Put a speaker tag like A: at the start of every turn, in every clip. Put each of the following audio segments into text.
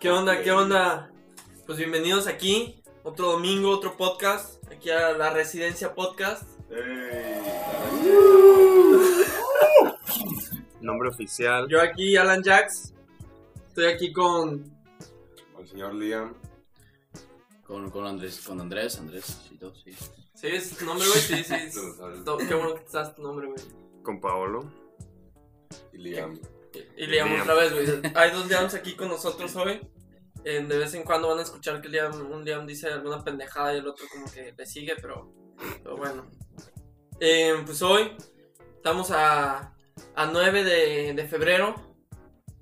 A: ¿Qué onda? ¿Qué onda? Pues bienvenidos aquí, otro domingo, otro podcast, aquí a la Residencia Podcast.
B: Nombre oficial.
A: Yo aquí, Alan Jax, estoy aquí con...
C: Con el señor Liam.
D: Con, con Andrés, con Andrés, Andrés, y todo, sí.
A: ¿Sí es tu nombre, güey? Sí, sí. es-
C: Tú lo sabes.
A: to- Qué bueno que te sabes tu nombre, güey.
B: Con Paolo.
C: Y Liam.
A: Y Liam
B: Liam.
A: otra vez, güey. Hay dos Liams aquí con nosotros hoy. Eh, de vez en cuando van a escuchar que Liam, un Liam dice alguna pendejada y el otro como que le sigue, pero, pero bueno. Eh, pues hoy estamos a, a 9 de, de febrero.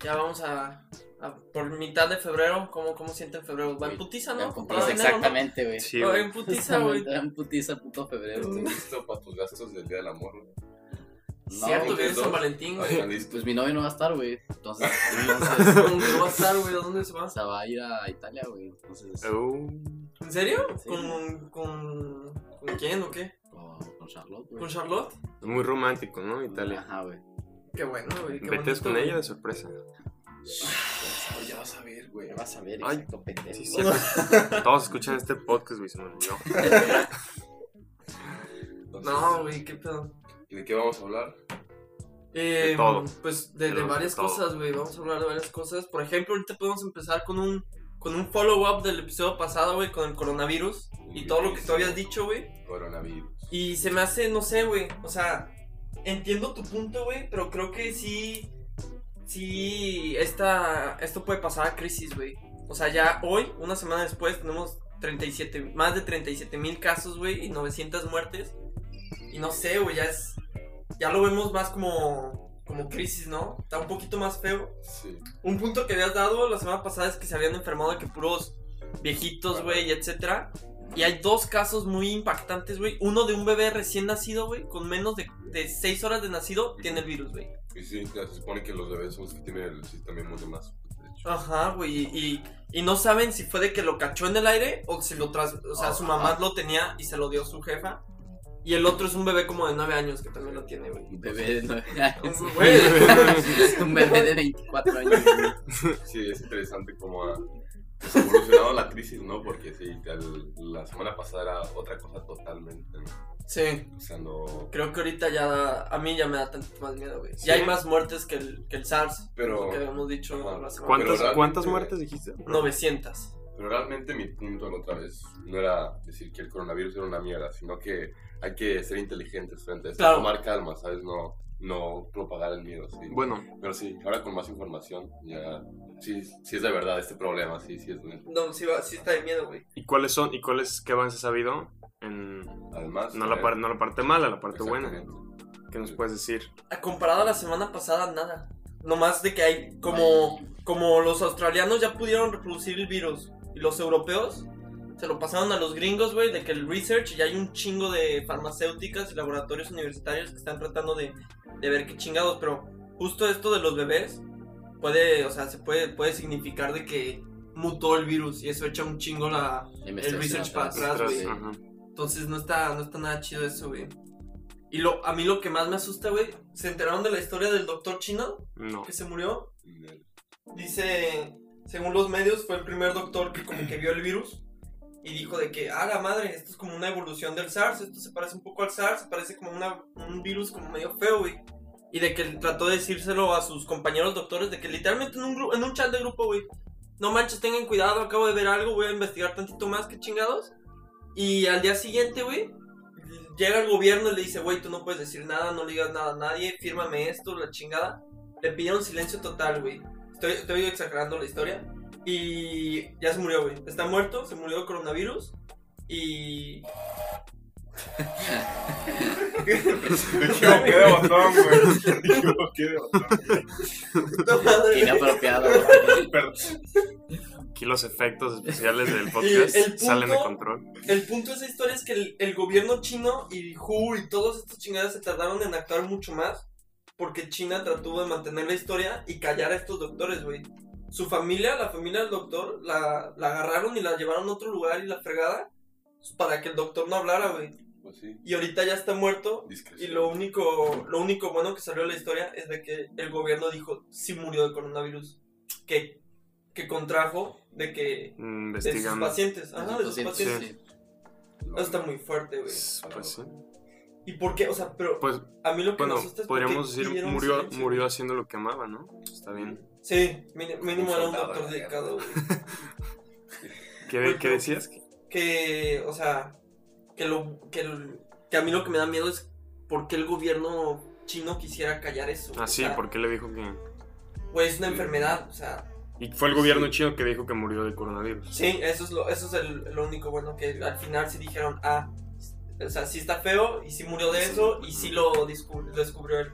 A: Ya vamos a, a- por mitad de febrero. ¿Cómo, cómo sienten febrero? Va en
D: Güey,
A: putiza,
D: Ya
A: ¿no?
D: con
A: Todo
D: putiza,
A: enero, ¿no?
D: exactamente, güey.
B: Sí,
A: Va
B: güey.
A: en putiza, güey. Mm.
D: Está en putiza puto febrero. güey.
C: ¿Estás listo para tus gastos del Día del Amor?
D: No,
A: Cierto,
D: güey,
A: viene
C: dos.
A: San Valentín, güey.
C: ¿Estás listo?
D: Pues mi novio no va a estar, güey. Entonces, entonces
A: ¿Dónde va a estar, güey? ¿A ¿Dónde se va?
D: se va a ir a Italia, güey. Entonces,
B: Oh,
A: ¿En serio?
D: Sí.
A: ¿Con, con, ¿Con quién o qué?
D: con, con Charlotte, güey.
A: ¿Con Charlotte?
B: muy romántico, ¿no? Italia.
D: Ajá, güey.
A: Qué bueno, güey. Qué
B: Vete
A: bonito,
B: con
A: güey.
B: ella de sorpresa.
C: Ya vas a
A: Pues,
C: ver, güey.
D: Ya vas a ver,
B: Ay,
D: exacto, pendejo.
B: Sí, cierto. Todos escuchan este podcast, güey, se me olvidó.
C: Entonces,
A: No, güey, qué pedo.
C: ¿Y de qué vamos a hablar?
A: Eh,
B: todo.
A: Pues de, de
B: Pero de
A: varias
B: todo.
A: cosas, güey. Vamos a hablar de varias cosas. Por ejemplo, ahorita podemos empezar con un, con un follow-up del episodio pasado, güey, con el coronavirus. Y todo lo que tú habías dicho, güey.
C: Coronavirus.
A: Y se me hace, no sé, güey. O sea, entiendo tu punto, güey, pero creo que sí. Sí, esta, esto puede pasar a crisis, güey. O sea, ya hoy, una semana después, tenemos 37, más de 37 mil casos, güey, y 900 muertes. Y no sé, güey, ya es. Ya lo vemos más como, como crisis, ¿no? Está un poquito más feo.
C: Sí.
A: Un punto que habías dado la semana pasada es que se habían enfermado de que puros viejitos, güey, etcétera. Y hay dos casos muy impactantes, güey. Uno de un bebé recién nacido, güey, con menos de, de seis horas de nacido, tiene el virus, güey.
C: Y sí, ya se supone que los bebés son los que tienen el sistema inmune más. de hecho.
A: Ajá, güey. Y, y no saben si fue de que lo cachó en el aire o si lo tras... O sea, su mamá lo tenía y se lo dio su jefa. Y el otro es un bebé como de nueve años que también lo tiene, güey.
D: Un bebé de 9 años.
A: Un güey.
D: un bebé de 24 años, güey.
C: Sí, es interesante cómo ha pues, evolucionado la crisis, ¿no? Porque sí, el- la semana pasada era otra cosa totalmente, ¿no?
A: Sí.
C: O sea, no...
A: Creo que ahorita ya da- a mí ya me da tanto más miedo, güey.
C: ¿Sí?
A: Ya hay más muertes que el, que el SARS,
C: Pero-
A: lo que habíamos dicho
C: Ajá.
A: la semana
B: ¿Cuántas,
A: pasada.
C: realmente-
B: ¿cuántas muertes dijiste?
A: 900.
C: Pero realmente mi punto la otra vez no era decir que el coronavirus era una mierda, sino que hay que ser inteligentes frente a esto,
A: Claro.
C: tomar calma, ¿sabes? No, no propagar el miedo, sí.
B: Bueno,
C: Pero sí, ahora con más información, ya sí, sí es de verdad este problema, sí, sí es de-
A: No, sí, va- sí está de miedo, güey.
B: ¿y cuáles son? ¿Y cuáles qué avances ha habido? En,
C: Además, eh,
B: no, la par- no la parte mala, la parte buena.
C: Exactamente.
B: ¿Qué nos puedes decir?
A: A- Comparado a la semana pasada, nada. Nomás de que hay como, como los australianos ya pudieron reproducir el virus y los europeos se lo pasaron a los gringos, güey, de que el research y hay un chingo de farmacéuticas y laboratorios universitarios que están tratando de, de ver qué chingados, pero justo esto de los bebés puede, o sea, se puede, puede significar de que mutó el virus y eso echa un chingo la...
D: La investigación
A: research
D: atrás,
A: para atrás,
D: güey.
A: güey.
B: ajá.
A: Entonces no está, no está nada chido eso, güey. Y lo, a mí lo que más me asusta, güey, ¿se enteraron de la historia del doctor chino
B: No.
A: que se murió? Dice, según los medios, fue el primer doctor que como que vio el virus y dijo de que, ah, la madre, esto es como una evolución del SARS, esto se parece un poco al SARS, parece como una- un virus como medio feo, güey. Y de que él trató de decírselo a sus compañeros doctores, de que literalmente en un, gru- en un chat de grupo, güey, no manches, tengan cuidado, acabo de ver algo, voy a investigar tantito más, que chingados. Y al día siguiente, güey, llega el gobierno y le dice, güey, tú no puedes decir nada, no le digas nada a nadie, fírmame esto, la chingada. Le pidieron silencio total, güey. Estoy, estoy exagerando la historia. Y ya se murió, güey. Está muerto, se murió de coronavirus. Y.
C: Dije, de botón, güey. Dije, "Qué de botón".
A: Puta madre, güey.
D: Inapropiado.
C: Perdón.
B: Aquí los efectos especiales del
A: el punto-
B: podcast salen de control.
A: El punto de esa historia es que el, el gobierno chino y WHO y todas estas chingadas se tardaron en actuar mucho más porque China trató de mantener la historia y callar a estos doctores, güey. Su familia, la familia del doctor, la, la agarraron y la llevaron a otro lugar y la fregada para que el doctor no hablara, güey.
C: Pues sí,
A: Y ahorita ya está muerto Y
C: discreción.
A: lo único, lo único bueno que salió de la historia es de que el gobierno dijo si murió de coronavirus. Que que contrajo de que de sus
B: investigando.
A: pacientes. Ajá, de sus
D: Entonces,
A: pacientes.
D: sí.
A: Eso está muy fuerte, güey.
B: Pues sí.
A: ¿Y por qué? O sea, pero
B: Pues
A: a mí lo que
B: bueno,
A: me asusta es por qué
B: podríamos decir
A: pidieron
B: murió,
A: silencio.
B: murió haciendo lo que amaba, ¿no? Está bien.
A: Sí, mini- mínimo era un
C: soldado,
A: doctor
C: la
A: dedicado, güey.
B: ¿Qué,
A: Pues,
B: qué
A: no.
B: decías?
A: que, o sea, que, lo, que, el- que a mí lo que me da miedo es por qué el gobierno chino quisiera callar eso.
B: Ah, sí,
A: o sea,
B: ¿por qué le dijo que.?
A: Güey, es una enfermedad, o sea,
B: Y fue el gobierno chino que dijo que murió de coronavirus.
A: sí, eso es lo, eso es el- lo único bueno, que al final sí dijeron, ah, o sea, sí está feo y sí murió de
B: Sí.
A: eso y sí lo descu- lo descubrió él.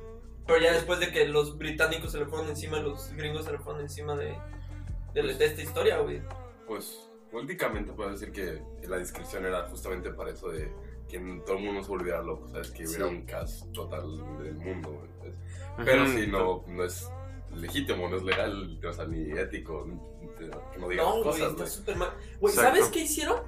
A: Pero ya después de que los británicos se le fueron encima, los gringos se le fueron encima de, de, de esta historia, güey.
C: Pues políticamente puedo decir que la descripción era justamente para eso de que todo el mundo se volviera loco, ¿sabes? Que hubiera
D: Sí.
C: un caos total del mundo, güey, entonces. Pero
B: Ujú.
C: si no, no es legítimo, no es legal, o sea, ni ético, que no digas
A: No, güey,
C: cosas,
A: está
C: güey.
A: súper mal. Güey,
B: Exacto.
A: ¿sabes qué hicieron?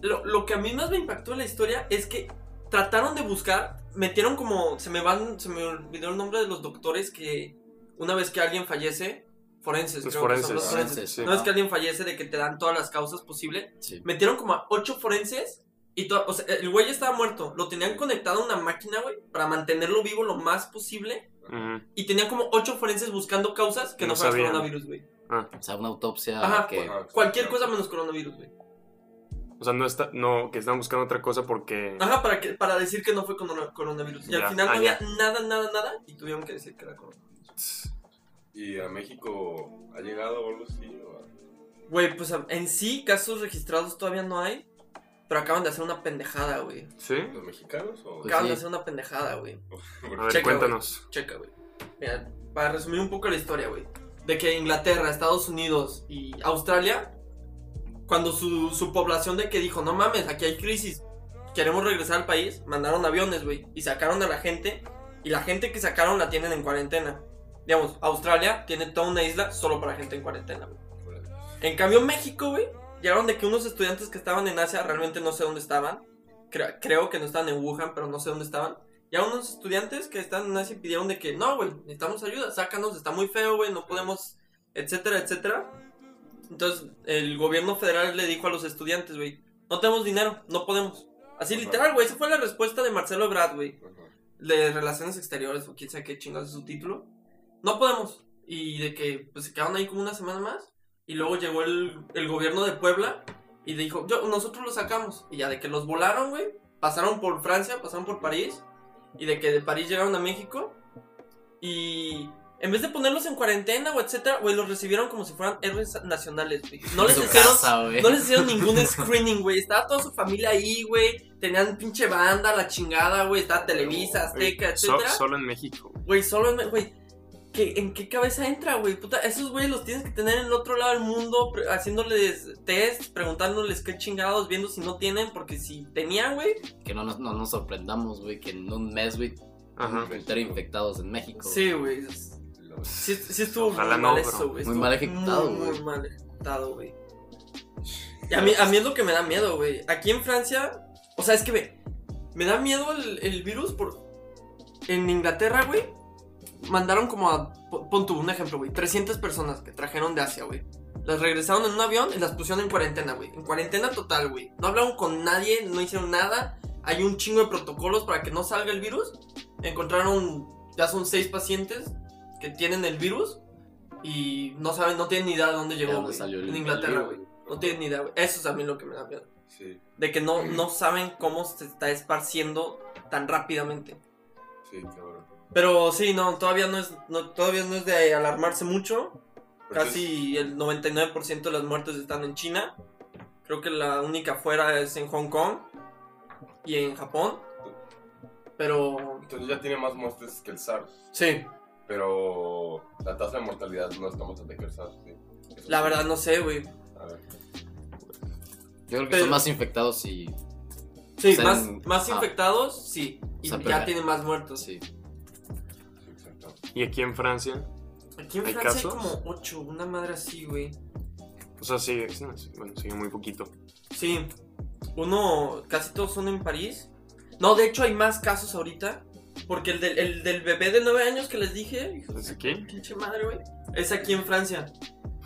A: Lo, lo que a mí más me impactó en la historia es que trataron de buscar, metieron como, se me van, se me olvidó el nombre de los doctores que una vez que alguien fallece, forenses,
B: Los
A: creo que son
B: forenses.
A: los forenses.
D: forenses,
B: sí.
A: Una vez que alguien fallece de que te dan todas las causas posibles,
D: Sí.
A: metieron como a ocho forenses y to- o sea, el güey ya estaba muerto, lo tenían conectado a una máquina, güey, para mantenerlo vivo lo más posible
B: Ujú.
A: y tenía como ocho forenses buscando causas que no,
B: No
A: fueran
B: sabían.
A: coronavirus, güey.
D: O sea, una autopsia
A: Ajá,
D: que...
C: Ajá, exacto.
A: Cualquier cosa menos coronavirus, güey.
B: O sea, no está, no, que están buscando otra cosa porque.
A: Ajá, para, que, para decir que no fue corona- coronavirus. Y
B: Ya,
A: al final no
B: ah, ya.
A: había nada, nada, nada. Y tuvieron que decir que era coronavirus.
C: ¿Y a México ha llegado o algo así? o a-
A: Güey, pues a- en sí, casos registrados todavía no hay. Pero acaban de hacer una pendejada, güey.
B: ¿Sí?
C: ¿Los mexicanos? O...
D: Pues
A: Acaban de
D: sí.
A: hacer una pendejada, güey.
B: A ver,
A: Checa,
B: cuéntanos.
A: Checa, güey. Mira, para resumir un poco la historia, güey. De que Inglaterra, Estados Unidos y Australia, cuando su, su población de que dijo, no mames, aquí hay crisis, queremos regresar al país, mandaron aviones, güey. Y sacaron a la gente. Y la gente que sacaron la tienen en cuarentena. Digamos, Australia tiene toda una isla solo para gente en cuarentena, güey. En cambio, México, güey, llegaron de que unos estudiantes que estaban en Asia, realmente no sé dónde estaban. Cre- creo que no estaban en Wuhan, pero no sé dónde estaban. Ya unos estudiantes que estaban en Asia pidieron de que, no, güey, necesitamos ayuda, sácanos, está muy feo, güey, no podemos, etcétera, etcétera. Entonces, el gobierno federal le dijo a los estudiantes, güey, no tenemos dinero, no podemos. Así
C: Ajá.
A: literal, güey, esa fue la respuesta de Marcelo Ebrard, güey
C: Ajá.
A: de relaciones exteriores o quién sabe qué chingados es su título. No podemos. Y de que pues, se quedaron ahí como una semana más. Y luego llegó el, el gobierno de Puebla y dijo, Yo, nosotros los sacamos. Y ya de que los volaron, güey. Pasaron por Francia, pasaron por París. Y de que de París llegaron a México. Y en vez de ponerlos en cuarentena o etcétera, güey, los recibieron como si fueran héroes nacionales, güey. No les
D: Su
A: hicieron...
D: casa, güey.
A: No les hicieron ningún screening, güey. Estaba toda su familia ahí, güey. Tenían pinche banda, la chingada, güey. Estaba Televisa, Azteca,
B: Oye, so-
A: etcétera.
B: solo en México.
A: Güey, solo en. Güey, ¿qué- ¿en qué cabeza entra, güey? Puta, esos güeyes los tienes que tener en el otro lado del mundo, pre- haciéndoles test, preguntándoles qué chingados, viendo si no tienen, porque si tenían, güey.
D: Que no nos, no nos sorprendamos, güey, que en un mes, güey,
B: Ajá.
D: estén infectados en México.
A: Sí, güey. Sí, sí estuvo
B: Ojalá
A: muy
B: no,
A: mal
B: pero
A: eso, güey.
D: muy
A: Estuvo
D: mal ejecutado,
A: muy, Muy
D: güey.
A: mal ejecutado, güey. Y a mí, a mí es lo que me da miedo, güey. Aquí en Francia, o sea, es que me, me da miedo el, el virus por... En Inglaterra, güey, mandaron como a... po- Pon tú un ejemplo, güey. 300 personas que trajeron de Asia, güey. Las regresaron en un avión y las pusieron en cuarentena, güey. En cuarentena total, güey. No hablaron con nadie, no hicieron nada. Hay un chingo de protocolos para que no salga el virus. Encontraron, ya son seis pacientes que tienen el virus y no saben, no tienen ni idea de dónde
D: ¿De
A: llegó,
D: dónde
A: güey.
D: salió el-
A: En Inglaterra, güey. No tienen ni idea, güey. Eso es a mí lo que me da miedo.
C: Sí,
A: De que no, no saben cómo se está esparciendo tan rápidamente.
C: sí, cabrón.
A: Pero sí, no, todavía no es, no, todavía no es de alarmarse mucho.
C: Pues
A: Casi el 99% de las muertes están en China. Creo que la única fuera es en Hong Kong y en Japón. Pero
C: Entonces ya tiene más muertes que el SARS,
A: sí,
C: pero la tasa de mortalidad no está más alta que el SARS, sí. Eso
A: la
C: sí.
A: verdad no sé, güey.
C: A ver.
D: Yo creo que
A: Pero-
D: son más infectados y...
A: Sí,
D: Sen-
A: más, más
D: ah.
A: infectados, sí. Y
D: O sea,
A: ya
D: pero-
A: tienen más muertos.
D: Sí.
C: Sí, exacto.
B: Y aquí en Francia.
A: Aquí en
B: ¿Hay
A: Francia hay
B: casos?
A: como 8, una madre así, güey.
B: Pues, O sea, sigue. sí, Bueno, sigue muy poquito.
A: Sí. Uno, casi todos son en París. No, de hecho hay más casos ahorita. Porque el del, el del bebé de 9 años que les dije,
B: ¿Es aquí?
A: pinche madre, güey, es aquí en Francia.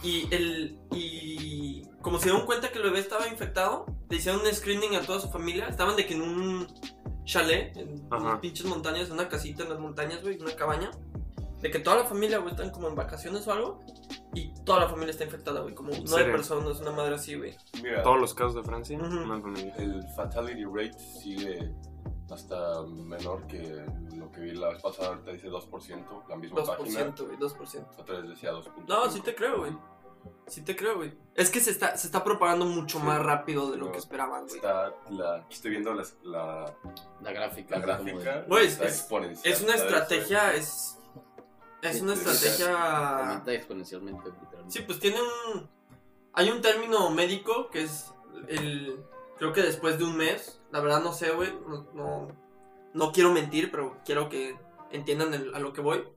A: Y, el, y como se dieron cuenta que el bebé estaba infectado, le hicieron un screening a toda su familia. Estaban de que en un chalet, en
B: Ajá.
A: unas pinches montañas, en una casita en las montañas, güey, una cabaña. De que toda la familia, güey, están como en vacaciones o algo. Y toda la familia está infectada, güey. Como nueve
B: serio?
A: personas, una madre así, güey.
C: Mira,
B: Todos los casos de Francia,
A: Ujú.
B: una familia.
C: el fatality rate sigue hasta menor que lo que vi la vez pasada. Ahorita dice 2%, la misma página.
A: 2%, güey, 2%.
C: Otra vez decía 2%.
A: No, sí te creo, güey. Sí te creo, güey. Es que se está, se está propagando mucho
C: Sí.
A: más rápido de lo
C: No.
A: que esperaban, güey.
C: Está la, aquí estoy viendo las- la,
D: La gráfica.
C: la
D: como de-
C: gráfica.
A: Güey,
C: está
A: es-
C: exponencial,
A: Es una
C: ¿sabes?
A: estrategia, es... Es una
D: Sí, sí,
A: estrategia...
D: Aumenta exponencialmente. literalmente.
A: Ah. Sí, pues tiene un... Hay un término médico que es el... Creo que después de un mes, la verdad no sé, güey, no, no, no quiero mentir, pero quiero que entiendan el- a lo que voy.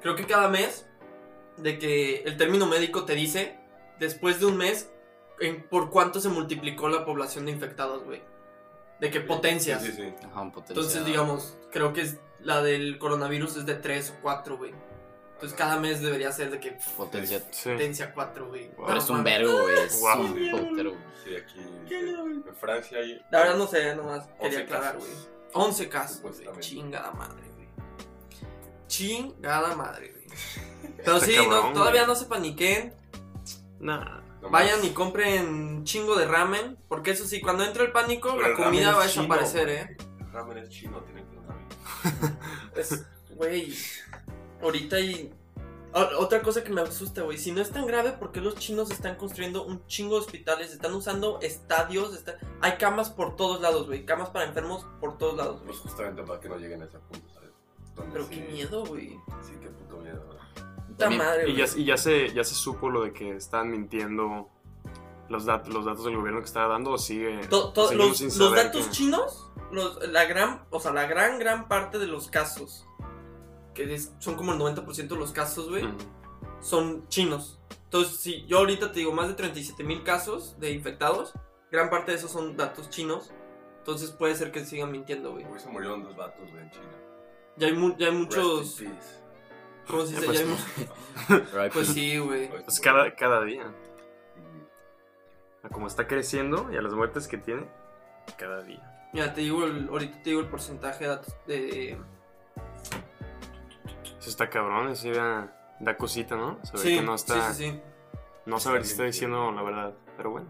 A: Creo que cada mes, de que el término médico te dice, después de un mes, en- por cuánto se multiplicó la población de infectados, güey. De qué
C: Sí,
A: potencias.
C: Sí, sí,
D: Ajá, un potencial.
A: Entonces, digamos, creo que es, la del coronavirus es de 3 o 4, güey. Entonces, cada mes debería ser de que pff,
D: Potencial.
B: Sí.
A: potencia 4, güey.
D: Pero es un
A: mames.
D: vergo, güey. Es
B: Guau.
D: un putero, güey.
C: sí, aquí.
A: Qué
C: dice,
A: loco.
C: en Francia hay.
A: La verdad no sé, nomás quería
C: 11
A: aclarar,
C: casos.
A: güey. 11 casos, güey.
C: Supuestamente.
A: Chingada madre, güey. Chingada madre, güey. Pero
B: Está
A: sí, no,
B: cabrón,
A: todavía
B: güey.
A: no se paniquen.
B: Nah.
C: No más.
A: Vayan y compren un chingo de ramen. Porque eso sí, cuando entre el pánico,
C: Pero
A: la
C: el ramen
A: comida
C: es
A: va a
C: chino,
A: desaparecer,
C: güey.
A: eh.
C: El ramen es chino, tiene que saber.
A: Es- Güey, ahorita y... o- Otra cosa que me asusta, güey, si no es tan grave, ¿por qué los chinos están construyendo un chingo de hospitales? Están usando estadios, está- hay camas por todos lados, güey, camas para enfermos por todos lados, güey.
C: Pues justamente para que no lleguen a ese punto, ¿sabes? Donde
A: Pero
C: sí-
A: qué miedo, güey.
C: Sí, qué puto miedo. ¿verdad?
A: Puta
D: También-
A: madre,
B: Y ya,
A: güey.
B: y ya se, ya se supo lo de que están mintiendo los, dat- los datos del gobierno que está dando o sigue.
A: To- to-
B: seguimos
A: los,
B: sin
A: los
B: saber
A: datos
B: que-
A: chinos, los- la gran, o sea, la gran, gran parte de los casos, que es- son como el 90% de los casos, güey,
B: Ujú.
A: son chinos. Entonces, si yo ahorita te digo más de 37 mil casos de infectados, gran parte de esos son datos chinos. Entonces puede ser que sigan mintiendo, güey.
C: Hoy se murieron dos vatos, güey, en China.
A: Ya hay, mu- ya hay muchos...
C: Rest in peace.
A: ¿Cómo se dice?
B: Eh, pues
A: Ya hay
B: no.
A: mu-
D: Right,
A: pues sí, güey.
B: Pues cada, cada día. a Como está creciendo y a las muertes que tiene, cada día.
A: Mira, te digo, el- ahorita te digo el porcentaje de datos de...
B: Eso está cabrón, eso da, da cosita, ¿no? Saber que no está.
A: sí, sí, sí.
B: No saber si está diciendo la verdad, pero bueno.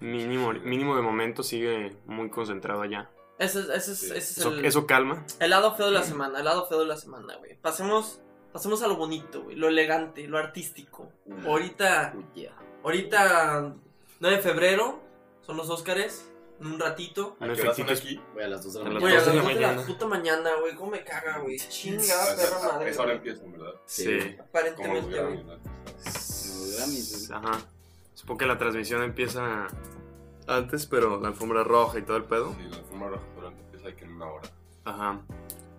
B: Mínimo, mínimo de momento sigue muy concentrado allá.
A: Ese es, ese es,
C: Sí.
A: ese es
B: Eso,
A: el...
B: eso calma.
A: El lado feo de la semana, el lado feo de la semana, güey. Pasemos, pasemos a lo bonito, güey. Lo elegante, lo artístico.
D: pues,
A: Ahorita,
D: Uy, yeah.
A: ahorita, 9 de febrero, son los Óscares. En un ratito.
C: ¿A
B: En
C: qué hora son
B: efectito es-
C: aquí?
D: Güey, a las 2 de la
B: A las
A: Güey, a las
D: mañana.
B: de la
A: dos de la
B: mañana.
A: puta mañana, güey. ¿Cómo me caga, güey? Chingada Ah, perra
C: Esa-
A: madre. Este
C: Esa hora
A: güey.
C: empiezan, ¿verdad?
B: Sí.
D: Sí.
C: Como los
A: Aparentemente, güey.
C: Grammys, ¿no?
D: Los Grammys, güey.
B: Ajá. Supongo que la transmisión empieza antes, pero la alfombra roja y todo el pedo.
C: Sí, la forma roja solamente empieza aquí en una hora.
B: Ajá.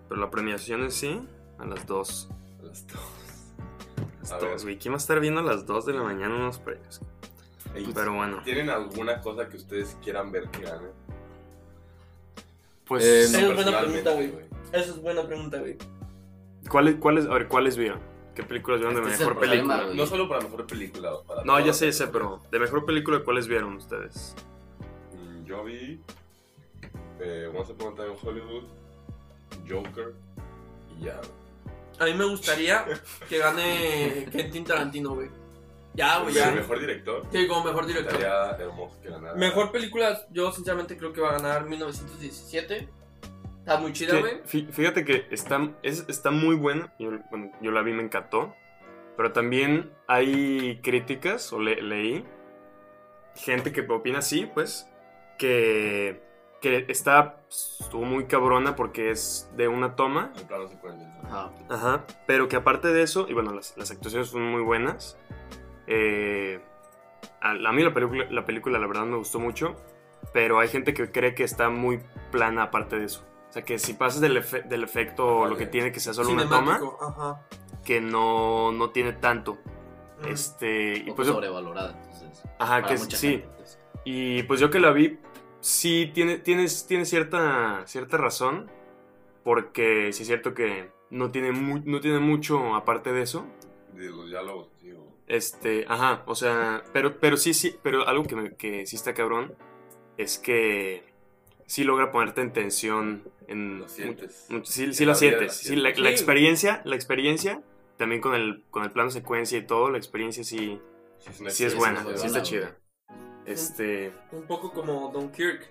B: Pero la premiación en sí, a las 2.
C: A las dos.
B: Las
C: A
B: 2,
C: ver.
B: güey. ¿Quién va a estar viendo a las 2 de la mañana unos premios?
C: Ey,
B: Pero bueno.
C: ¿Tienen alguna cosa que ustedes quieran ver que ganen?
B: Pues,
D: Eh,
A: Esa es buena pregunta,
C: Personalmente,
A: güey. Eso es buena pregunta, güey.
B: ¿cuáles, cuáles, a ver, ¿cuáles vieron? ¿Qué películas vieron de
D: Este es
B: mejor
D: el problema,
B: película?
D: güey.
C: No solo para mejor película. Para
B: No,
C: todas
B: ya sé, ya
C: las
B: sé, pero de mejor película, ¿cuáles vieron ustedes?
C: Mm, Yo vi eh, Once Upon a Time in Hollywood, Joker y ya.
A: A mí me gustaría que gane Quentin Tarantino, güey. Ya, Ah, güey,
C: El
A: ya.
C: mejor director.
A: Sí, como mejor director.
C: Estaría hermoso que ganara.
A: Mejor película, yo sinceramente creo que va a ganar 1917. Está muy chida,
B: Que-
A: güey.
B: fí- Fíjate que está, es, está muy buena. Yo, bueno, yo la vi, me encantó. Pero también hay críticas, o le- leí, gente que opina así, pues, que, que está, estuvo muy cabrona porque es de una toma.
C: En plano secuencia.
D: Ajá.
B: Ajá. Pero que aparte de eso, y bueno, las, las actuaciones son muy buenas. eh, a, a mí la película, la película, la verdad, me gustó mucho. Pero hay gente que cree que está muy plana aparte de eso. O sea, que si pasas del, efe- del efecto o lo
C: Vale.
B: que tiene que sea solo una toma,
A: Cinemático, ajá.
B: que no, no tiene tanto.
A: Mm.
B: Este, y pues,
D: Un poco
B: yo-
D: sobrevalorada, entonces.
B: ajá,
D: para
B: que
D: mucha
B: sí.
D: gente, entonces.
B: Y pues yo que la vi, sí tiene, tienes, tiene cierta, cierta razón, porque sí es cierto que no tiene, mu- no tiene mucho aparte de eso.
C: De los diálogos, tío.
B: Este, ajá, o sea, pero, pero sí, sí, pero algo que, me- que sí está cabrón es que sí logra ponerte en tensión en...
C: Lo sientes.
B: mu- Sí, sí
C: En
B: la
C: la vida la
B: sientes, sí, la,
C: sientes.
B: la
A: Sí.
B: experiencia, la experiencia, también con el, con el plano secuencia y todo, la experiencia sí,
C: Sí, una
B: sí es
C: experiencia
B: buena,
C: muy
B: sí está
D: buena,
B: chida. Este,
A: Un poco como Dunkirk.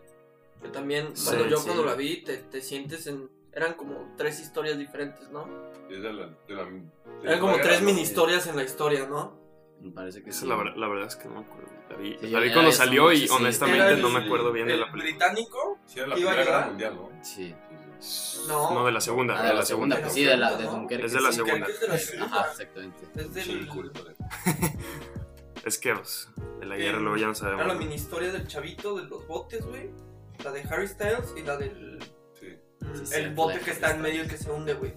A: Que también,
B: Sí,
A: cuando yo
D: sí.
A: cuando la vi, te, te sientes en. Eran como tres historias diferentes, ¿no?
C: Es de la, de la- de
A: Eran
C: la
A: como
C: guerra,
A: tres
C: ¿no?
A: mini historias en la historia, ¿no?
D: Me parece que
B: esa
D: sí.
B: la, verdad- la verdad es que no me acuerdo. La vi,
D: Sí,
B: la vi
D: ya-
B: cuando
D: ya son
B: salió y
D: muchas, sí.
A: Era
B: honestamente
A: el-
B: no me acuerdo bien de
A: El
B: la película.
A: británico.
C: Sí, era la
A: que iba a
C: Primera Guerra
A: llegar.
C: Mundial, ¿no?
D: Sí.
A: No.
B: No, de la segunda,
D: Ah, de la segunda, que sí, de la de Dunkerque.
B: Es de la
D: sí.
B: segunda.
A: Dunkirk es de la
D: Eh,
A: segunda.
D: Ajá, exactamente.
A: Es del-
C: Sí, eh. cool, cool.
B: Es que pues, de la
A: Sí.
B: guerra luego ya no sabemos.
A: Era la mini historia del chavito de los botes, güey. La de Harry Styles y la del.
C: Sí,
A: mm,
D: Sí, sí,
A: el
D: la
A: bote
D: de
A: que
D: Harry
A: está en
D: Styles.
A: medio y que se hunde, güey.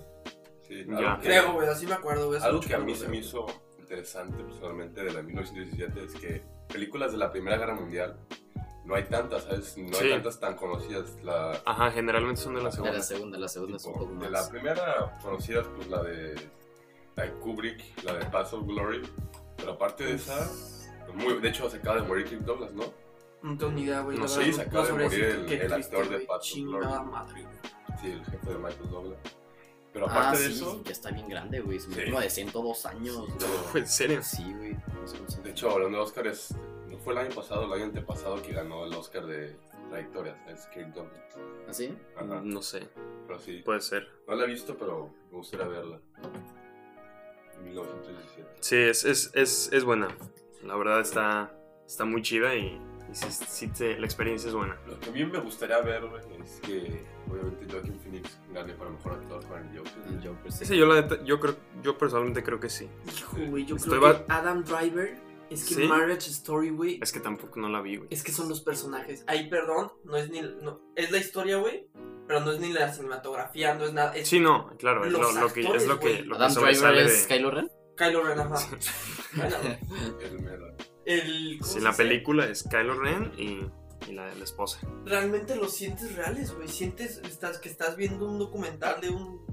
C: sí.
B: Ya.
C: Algo que-
A: Creo, güey, así me acuerdo, güey. hace
C: Algo
A: mucho
C: que a mí
A: no
C: se
A: veo.
C: me hizo interesante personalmente de la 1917 es que películas de la Primera Guerra Mundial no hay tantas, ¿sabes? No
B: Sí.
C: hay tantas tan conocidas. La,
B: Ajá, generalmente son de la
D: De
B: segunda.
D: la segunda, la segunda es un
C: tipo,
D: poco
C: de la
D: más.
C: primera conocidas, pues la de, la de Kubrick, la de Pass of Glory. Pero aparte de esa, muy, de hecho se acaba de morir Kirk Douglas, ¿no?
A: No tengo ni idea, güey.
B: No
A: la
B: sé,
A: verdad,
C: y se acaba de
A: sabría
C: morir
A: decirte
C: el-
A: qué
C: el
A: triste,
C: actor de
A: güey.
C: Patrick
A: Chingada
C: Lawrence.
A: madre.
C: Sí, el jefe de Michael Douglas. Pero
D: Ah,
C: aparte de
D: sí,
C: eso,
D: ya está bien grande, güey. Es un
C: Sí.
D: como de 102 años.
B: Uf, Pues, en serio.
D: Sí, güey. no sé cómo se-
C: de hecho, hablando de Oscar, es, no fue el año pasado, el año antepasado que ganó el Oscar de trayectorias, es Kirk Douglas.
D: ¿Ah, sí?
C: Ajá.
A: Mm.
B: No sé,
C: Pero sí,
B: puede ser.
C: no la he visto, pero me gustaría verla. 1917.
B: Sí, es, es, es, es buena. La verdad está, está muy chida y, y sí, sí te- la experiencia es buena.
C: Lo que a mí me gustaría ver güey, es que, obviamente, Joaquin Phoenix gane para mejor actor con el Joker.
D: El Joker, sí.
B: Ese yo, la, neta- yo, creo, yo personalmente creo que sí.
A: Hijo, güey, yo
B: Estoy
A: creo
B: va-
A: que Adam Driver es que
B: ¿Sí?
A: Marriage Story, güey,
B: Es que tampoco no la vi, güey.
A: es que son los personajes. Ahí, perdón, no es ni no, es la historia, güey, pero no es ni la cinematografía, no es nada, es
B: Sí, no, claro, es lo,
A: Los
B: lo que, es
A: actores,
B: lo que,
A: güey.
B: lo que
D: Adam Driver
B: sobresale
D: es
B: de...
D: Kylo Ren.
A: Kylo Ren, ajá. Bueno,
C: El mero.
A: el ¿cómo
B: Sí,
A: se
B: la
A: dice?
B: película es Kylo Ren y, y la de la esposa.
A: Realmente los sientes reales, güey, sientes estás que estás viendo un documental de un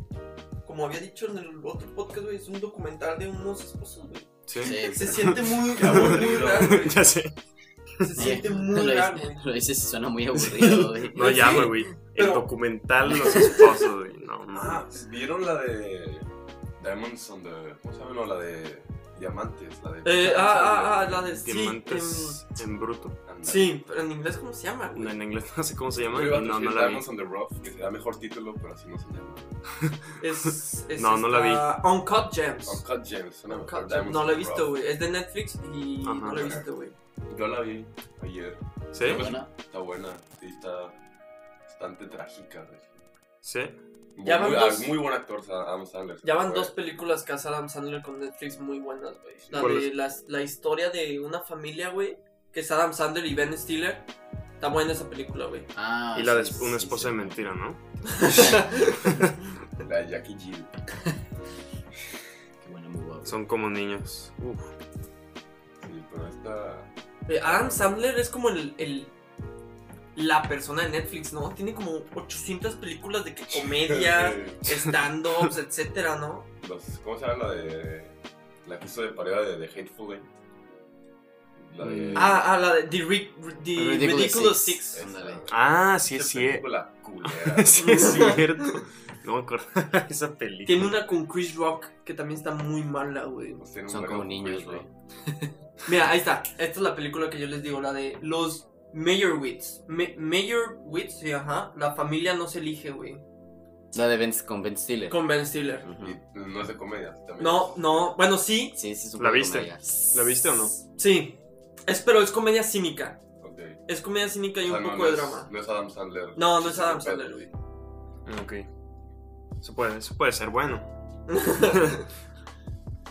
A: como había dicho en el otro podcast, güey, es un documental de unos esposos, güey.
B: Sí.
A: Se siente muy,
C: Qué
A: muy
C: aburrido.
A: real, güey.
B: ya sé.
A: Se siente muy
D: lo,
A: real,
D: dices-
A: güey.
D: lo dices y suena muy aburrido, güey.
B: No
A: Sí,
B: llama, güey. El
A: pero-
B: documental Los Esposos, güey. No,
A: Ah,
B: mames.
C: ¿Vieron la de Diamonds on the... ¿Cómo se llama? No, la de Diamantes. La de...
A: Eh, ah, ah, ah, la de sí,
B: Diamantes en bruto.
A: em,
C: Ándale.
A: sí, pero en inglés cómo se llama, güey.
B: En inglés no sé cómo se
C: Yo
B: llama.
C: iba a
B: y No,
C: decir
B: no la vi.
C: Diamonds on the Rough, que será mejor título, pero así no se llama.
A: Es, es
B: No, no la vi.
A: esta- Uncut Gems.
C: Uncut James, suena
A: Uncut
C: mejor.
A: Gems.
C: Diamonds
A: No
C: on
A: la he
C: the
A: visto,
C: Rough.
A: güey. Es de Netflix y
B: Ajá.
A: no la he visto, güey.
C: Yo la vi ayer.
B: ¿Sí?
D: Bueno,
C: Está buena, sí, está bastante trágica. güey.
B: Sí.
C: Muy,
A: Ya van
C: muy-
A: dos-
C: ah, muy buen actor, Sa- Adam Sandler.
A: Ya van
C: Fue-
A: dos películas que hace Adam Sandler con Netflix muy buenas, güey. La
B: ¿Cuál
A: de
B: es?
A: las- la historia de una familia, güey, que es Adam Sandler y Ben Stiller. Está buena esa película, güey.
D: ah,
B: Y la de
D: sí,
B: una
D: sí,
B: esposa
D: sí.
B: de mentira, ¿no?
C: La de Jackie G.
D: Qué bueno, muy guapo.
B: Son como niños. Uf.
C: Sí, pero esta.
A: Eh, Adam Sandler es como el, el- la persona de Netflix, ¿no? Tiene como 800 películas de que comedia,
C: eh,
A: stand-ups, etcétera, ¿no?
C: los- ¿Cómo se llama la de. La que hizo de pareja de, de Hateful Eight? La de.
B: Mm.
A: Ah, ah, la de The, Ri- The Ridiculous,
D: Ridiculous
A: Six.
D: Six.
C: esa,
D: ándale.
C: güey.
B: Ah, sí,
C: Esa
B: sí. eh.
C: película culera.
B: Sí, es cierto. No me acuerdo de esa película.
A: Tiene una con Chris Rock que también está muy mala, güey.
C: Pues tiene un
D: Son
C: vergo
D: como
C: de
D: niños,
C: culpa,
D: güey.
A: Mira, ahí está. Esta es la película que yo les digo, la de los Meyerowitz. Me Meyerowitz, sí, ajá. La familia no se elige, güey.
D: La de Ben, con Ben Stiller.
A: Con Ben Stiller.
D: Ujú.
C: Y no es de comedia. también.
A: No, no. Bueno, sí,
D: Sí, sí, es un
B: ¿La
D: poco
B: viste?
D: comedia.
B: ¿La viste o no?
A: sí. Es, pero es comedia cínica.
C: Ok.
A: Es comedia cínica
C: O
A: y
C: sea,
A: un
C: Ah, no,
A: poco
C: no
A: de
C: es-
A: drama.
C: No es Adam Sandler.
A: No, no es Adam
C: Pero-
A: Sandler, güey.
B: Ah, Ok. Eso puede, eso puede ser bueno.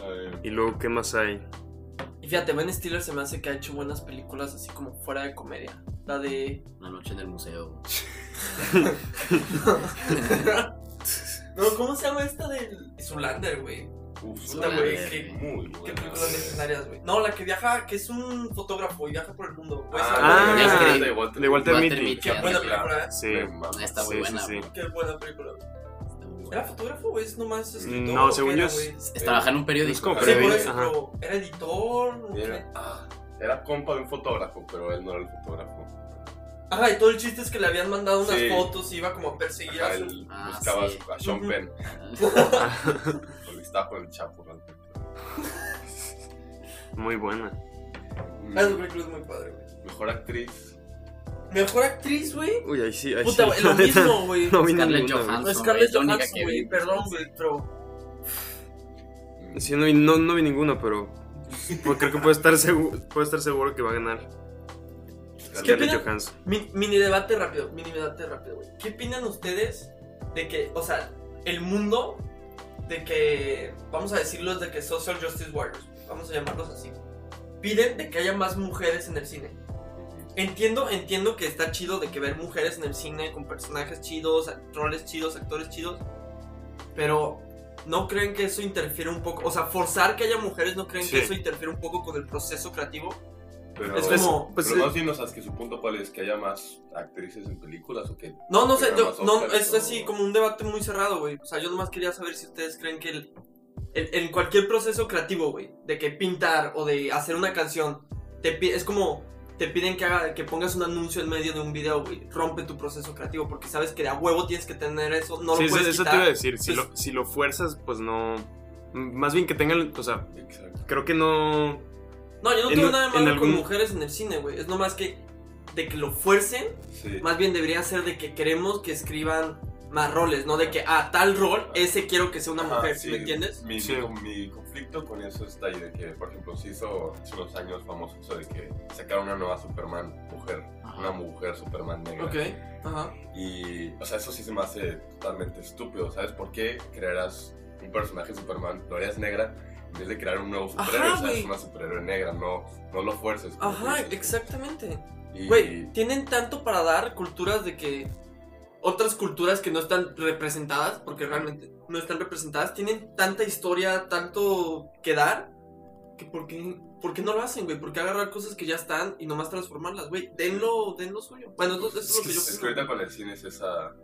C: A ver,
B: Y luego, ¿qué más hay?
A: Y fíjate, Ben Stiller se me hace que ha hecho buenas películas así como fuera de comedia. La de.
D: Una noche en el museo.
A: no, ¿códe ¿cómo se llama esta del. Zulander, güey?
C: Uf,
A: Puta,
C: suena
A: güey,
C: muy-
A: qué-
C: muy
A: ¿Qué
C: buena,
B: Ah.
A: películas
C: güey.
A: legendarias, güey? No, la que viaja, que es un fotógrafo y viaja por el mundo. Pues,
B: Ah,
A: ¿sabes?
D: ya sé.
C: de Walter
B: De Walter
D: Walter
B: Mitty.
D: Mitty.
B: Ah,
A: Qué buena película, ¿eh?
B: Sí.
C: Me mama.
D: Ah, Está muy
B: Sí, sí,
D: buena.
B: sí.
D: güey.
A: Qué buena película.
D: Está muy
A: ¿Era fotógrafo o es nomás escritor?
B: Mm, No,
A: o qué
B: según
A: era,
B: yo es-
A: güey?
D: Es trabajar en un
B: Es
D: periódico.
B: como
A: Sí,
B: Pero
A: por
B: es-
A: eso,
B: ajá.
A: pero era editor. ¿o qué?
C: Era, ah, era compa de un fotógrafo, pero él no era el fotógrafo.
A: Ajá, y todo el chiste es que le habían mandado unas
C: Sí.
A: fotos y iba como a perseguir
C: Ajá,
A: a su.
C: él
D: Ah,
C: buscaba
D: sí.
C: a Sean
A: Ujú.
C: Penn, porque
B: Ah,
C: estaba con el Chapo realmente.
B: muy buena.
A: Ah, su película es muy padre, güey.
C: Mm, Mejor actriz.
A: Mejor actriz, güey.
B: Uy, ahí sí, ahí
A: Puta,
B: Eh, sí.
A: güey, lo
B: la neta,
A: mismo, güey.
B: No vi
D: Scarlett
B: ninguna, güey.
D: Johansson.
A: No, Scarlett
D: es la única
A: Johansson,
D: que
A: güey.
D: vi.
A: Perdón, güey, pero.
C: Mm,
B: Sí, no vi, no, no vi ninguna, pero pues, creo que puedo estar, seguro, puedo estar seguro que va a ganar
A: ¿Qué
B: Scarlett
A: opinan?
B: Johansson.
A: Mi- mini debate rápido, mini debate rápido, güey. ¿Qué opinan ustedes de que, o sea, el mundo de que, vamos a decirlos de que Social Justice Warriors, vamos a llamarlos así, piden de que haya más mujeres en el cine? Entiendo, entiendo que está chido de que ver mujeres en el cine con personajes chidos, act- roles chidos, actores chidos, pero ¿no creen que eso interfiere un poco? O sea, forzar que haya mujeres, ¿no creen
B: Sí.
A: que eso interfiere un poco con el proceso creativo?
C: Pero,
A: Es como-
B: pues,
C: pero
B: eh,
C: más bien, o sea, es que su punto cuál es que haya más actrices en películas o que
A: No, no sé,
C: Pero
A: yo-
C: los
A: no,
C: Óscares
A: es
C: o-
A: así como un debate muy cerrado, güey. O sea, yo nomás quería saber si ustedes creen que el- el- en cualquier proceso creativo, güey, de que pintar o de hacer una canción, te pi- es como te piden que, haga, que pongas un anuncio en medio de un video, güey. Rompe tu proceso creativo porque sabes que de a huevo tienes que tener eso, no
B: sí,
A: lo
B: eso,
A: puedes
B: eso te
A: quitar.
B: iba a decir. Si,
A: Pues-
B: lo, si lo fuerzas, pues no. M- Más bien que tengan. O sea,
C: Exacto.
B: creo que no.
A: No, yo no
B: en
A: tengo
B: un-
A: nada de
B: en
A: malo con
B: algún-
A: mujeres en el cine, güey. Es nomás que de que lo fuercen,
C: Sí.
A: más bien debería ser de que queremos que escriban más roles, no de que, ah, tal rol, ese quiero que sea una
C: Ajá,
A: mujer,
C: sí.
A: ¿me entiendes?
C: Mi,
B: Sí.
C: mi- mi conflicto con eso está ahí de que, por ejemplo, se hizo hace unos años famoso eso de que sacaron una nueva Superman mujer, una mujer Superman negra.
A: Ok, ajá.
C: Y, o sea, eso sí se me hace totalmente estúpido. ¿Sabes por qué crearás un personaje Superman, lo harías negra, en vez de crear un nuevo superhéroe?
A: Ajá,
C: o sea, es
A: güey.
C: una superhéroe negra, no, no lo fuerces. como
A: Ajá,
C: dices.
A: exactamente.
C: Y-
A: Güey, tienen tanto para dar culturas de que otras culturas que no están representadas, porque realmente no están representadas, tienen tanta historia, tanto que dar, que por qué, por qué no lo hacen, güey? ¿Por qué agarrar cosas que ya están y nomás transformarlas, güey? Denlo, denlo suyo. Bueno, eso, eso es lo que yo
C: Es que
A: creo.
C: ahorita con el cine es esa.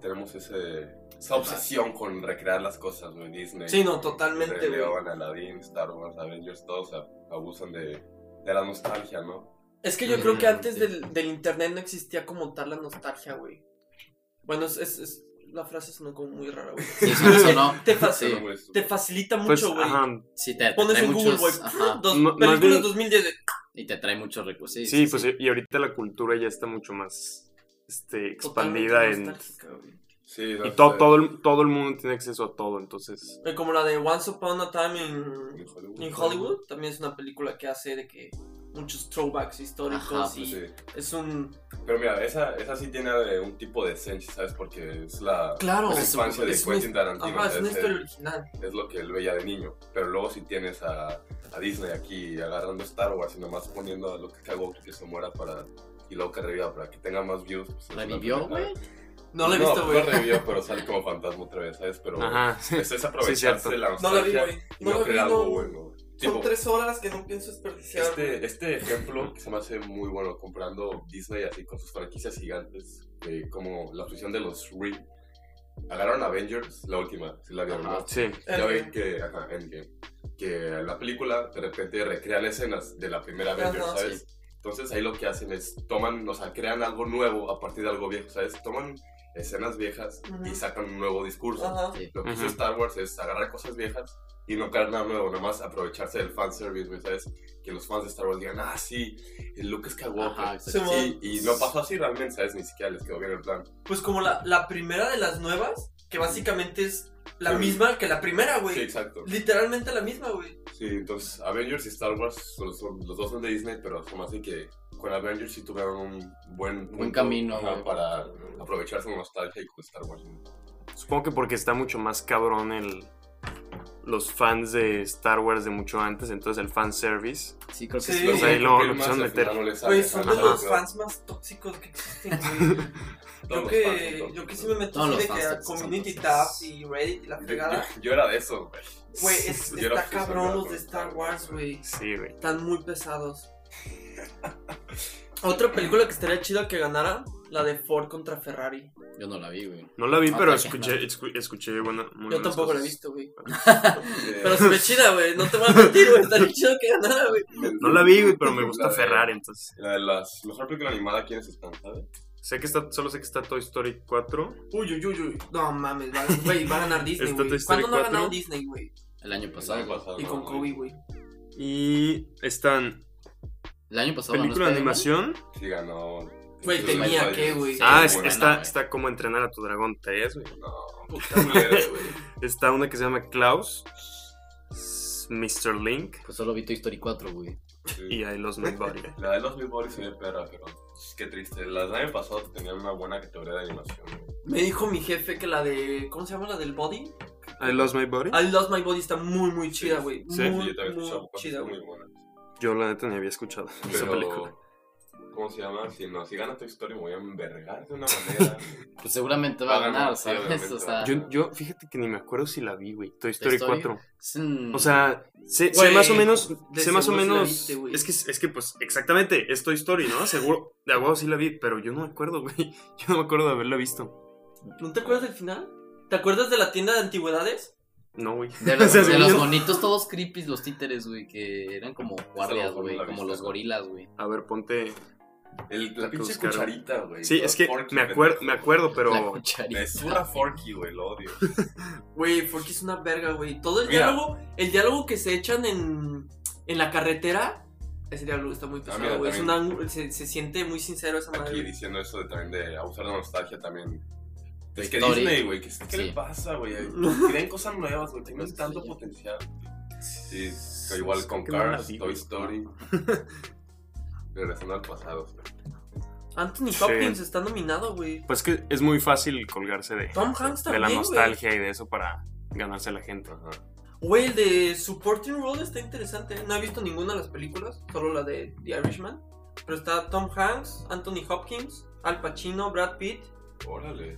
C: Tenemos ese, esa obsesión con recrear las cosas, güey. Disney.
A: Sí, no, totalmente,
C: Rey
A: güey.
C: León, Aladdin, Star Wars, Avengers, todos a- abusan de, de la nostalgia, ¿no?
A: Es que yo creo que
B: Mm,
A: antes del, del internet no existía como tal la nostalgia, güey. Bueno, es, es- es- la frase sonó como muy rara, güey.
D: Sí, eso sonó.
A: Te fa-
D: Sí.
C: Pero muy estúpido.
A: Te facilita
B: Pues,
A: mucho, güey.
B: ajá.
D: Sí, te, te
A: Pones
D: trae
A: en Google, güey.
D: muchos. ajá,
A: Dos
B: M- más
A: películas
B: bien-
A: 2010. de-
D: y te trae muchos recursos. Sí,
B: Sí, pues y ahorita la cultura ya está mucho más este, expandida
A: Totalmente
B: en.
A: nostálgica, güey.
C: Sí, no
B: Y
C: sé.
B: todo, todo, el, todo el mundo tiene acceso a todo, entonces.
A: Eh, Como la de Once Upon a Time in,
C: En Hollywood.
A: in Hollywood. También es una película que hace de que muchos throwbacks históricos.
D: Ajá,
A: y
C: Pues Sí.
A: Es un.
C: Pero mira, esa, esa sí tiene eh, un tipo de esencia, ¿sabes? Porque es la,
A: Claro.
C: es la
A: Es una,
C: infancia de
A: es una-
C: Quentin Tarantino.
A: ajá, es una
C: ¿sabes?
A: historia
C: Eh,
A: original.
C: es lo que él veía de niño. Pero luego si tienes a, a Disney aquí agarrando Star Wars y nomás poniendo a lo que cagó que se muera para... Y luego que reviva para que tenga más views. pues, es una
D: ¿Revivió,
C: pendejada.
D: güey?
A: No la he visto, güey.
C: No, revivió, pero sale como fantasma otra vez, ¿sabes? Pero
B: Ajá.
C: es
B: Sí, cierto.
C: desaprovecharse de la
A: No la vi,
C: nostalgia
A: güey.
C: y
A: No
C: no,
A: la vi,
C: crear
A: no.
C: algo bueno. Tipo,
A: Son tres horas que no pienso desperdiciar.
C: este, este ejemplo que se me hace muy bueno comprando Disney así con sus franquicias gigantes, eh, como la fusión de los Ring. Agarraron Avengers, la última, si la vieron,
D: Ajá.
C: ¿no?
B: Sí.
C: Ya ven que, ajá, Endgame, que la película de repente recrean escenas de la primera Avengers,
A: Ajá,
C: ¿sabes? Entonces ahí lo que hacen es toman, o sea, crean algo nuevo a partir de algo viejo, ¿sabes? Toman escenas viejas
A: Ujú.
C: y sacan un nuevo discurso.
A: Ajá.
C: Lo que hizo
B: Ujú.
C: Star Wars es agarrar cosas viejas y no crear nada nuevo, nada más aprovecharse del fanservice, güey, ¿sabes? Que los fans de Star Wars digan, ah, sí, el Luke Skywalker.
D: Ajá,
A: Sí, mo-
D: exacto.
C: Sí, y no pasó así realmente, ¿sabes? Ni siquiera les quedó bien el plan.
A: Pues como la, la primera de las nuevas, que básicamente es la
C: Sí.
A: misma que la primera, güey.
C: Sí, exacto.
A: Literalmente la misma, güey.
C: Sí, entonces Avengers y Star Wars, son- son- los dos son de Disney, pero son así que con Avengers sí tuvieron un buen,
D: Buen
C: punto,
D: camino,
C: ajá,
D: güey.
C: para aprovecharse de nostalgia y con Star Wars.
B: Supongo que porque está mucho más cabrón el. Los fans de Star Wars de mucho antes, entonces el fanservice.
D: Sí, creo que
A: Sí.
D: sí.
B: Pues
C: Porque
B: ahí lo- lo
C: el más
B: pusieron
C: al
B: meter.
C: final no le sale,
A: Güey, son de
C: ajá,
A: los
C: pero
A: fans más tóxicos que existen, güey. Yo
C: todos los fans
A: que,
C: son
A: yo que sí
C: tóxicos.
A: me meto
D: Todos
A: así
D: los
A: de que
D: fans
A: a
D: son
A: Community Tab
D: tóxicos.
A: y Reddit y la
C: Yo-
A: fregada.
C: yo- yo era de eso, güey.
A: Güey, es,
C: yo era
A: está
C: aficionado
A: cabrón los
C: a
A: de Star Wars, güey.
B: Sí, güey.
A: Están muy pesados. Otra película que estaría chida que ganara La de Ford contra Ferrari.
D: Yo no la vi, güey.
B: No la vi,
D: No,
B: pero
D: no, no.
B: escuché, escu- escuché buena,
A: pues,
B: muy
C: Mm,
A: Yo
B: buenas
A: tampoco la he
B: cosas.
A: visto, güey.
C: Eh,
A: Pero se ve chida, güey. No te voy a mentir, güey. Está bien chido que ganara, güey.
B: No la vi, güey, pero me gusta
C: La de-
B: Ferrari, entonces.
C: La de las mejor película animada, ¿quiénes están? ¿Sabes?
B: Sé que está, solo sé que está Toy Story 4.
A: Uy, uy, uy, uy. No mames, va, güey, va a ganar Disney,
B: Está
A: güey.
B: Toy Story
A: ¿Cuándo no ha
B: 4?
A: ganado Disney, güey?
D: El
C: El
D: año
C: año
D: pasado.
C: pasado,
A: Y con
C: ¿no?
A: Kobe, güey.
B: Y están
D: El año pasado. ganó
B: película de
D: Spider-Man.
B: animación.
C: Sí, ganó.
A: Güey,
C: Sí,
A: tenía
C: ganó.
A: que, güey.
D: Sí,
B: Ah, es-
D: buena,
B: está,
D: güey.
B: está como entrenar a tu dragón 3, güey.
C: No, puta culero, güey.
B: Está una que se llama Klaus, s- Mr. Link
D: Pues solo vi Toy Story 4, güey.
B: y
C: Sí.
B: I Lost My Body.
C: La de los Meatballs se ve perra, pero qué triste. Las del año pasado tenían una buena categoría de animación. güey.
A: Me dijo mi jefe que la de. ¿Cómo se llama la del body?
B: I Lost My Body.
A: I Lost My Body está muy, muy chida, güey.
B: Sí,
C: Sí,
A: muy,
C: yo también he
A: muy
C: escuchado cosas
A: chida,
C: muy
A: güey.
C: buenas.
B: Yo la neta ni había escuchado esa película.
C: Pero, ¿cómo se llama? Si no, si gana Toy Story me voy a envergar de una manera.
D: Pues seguramente va a
C: Va a
D: ganar,
C: ganar,
D: ¿sabes?
C: obviamente
D: O
C: va
D: sea,
C: a
B: Yo, yo, fíjate que ni me acuerdo si la Mm. vi, güey. Toy Story
D: Story?
B: 4.
D: es un-
B: O sea, sé, sé
A: Güey,
B: más o menos,
A: de
B: sé más o
A: seguro sí la
B: menos,
A: viste, güey.
B: es que, es que pues, exactamente, es Toy Story, ¿no? Seguro, de aguado sí la vi, pero yo no me acuerdo, güey, yo no me acuerdo de haberla visto,
A: ¿No te acuerdas del final? ¿Te acuerdas de la tienda de antigüedades?
B: no, güey.
D: De los,
B: O sea,
D: de los
B: yo-
D: bonitos todos creepy, los títeres, güey, que eran como guardias,
C: mejor no
D: güey,
C: la
D: como
C: viste,
D: los
C: ¿no?
D: gorilas, güey.
B: A ver, ponte,
C: El, la pinche
B: buscaron.
C: cucharita, güey.
B: sí, es que
C: Forky,
B: me acuerdo,
C: pendejo.
B: me acuerdo,
D: La
B: pero,
D: cucharita.
C: Me zurra Forky, güey, lo odio.
A: Güey, Forky es una verga, güey. Todo el
C: Mira.
A: diálogo, el diálogo que se echan en, en la carretera, ese diálogo está muy
C: Ah, mira,
A: pesado, güey. Es
C: también.
A: una- se, se siente muy sincero esa madre.
C: Aquí diciendo eso de, también de abusar de nostalgia también. Es que
D: Victoria.
C: Disney, güey, que es- ¿qué,
D: Sí.
C: le pasa, güey? Creen cosas nuevas, güey,
A: Pues
C: tienen tanto potencial. Sí, que igual con
B: Creo que no la
C: Cars,
B: vi,
C: Toy
B: güey.
C: Story. Regresando al pasado, güey.
A: Anthony
B: Sí.
A: Hopkins está nominado, güey.
B: pues que es muy fácil colgarse de,
A: Tom Hanks
B: de
A: también,
B: la
A: güey.
B: nostalgia y de eso para ganarse a la gente.
C: Ajá.
A: Güey, el de Supporting Role está interesante. ¿eh? No he visto ninguna de las películas, solo la de The Irishman. Pero está Tom Hanks, Anthony Hopkins, Al Pacino, Brad Pitt.
C: Órale.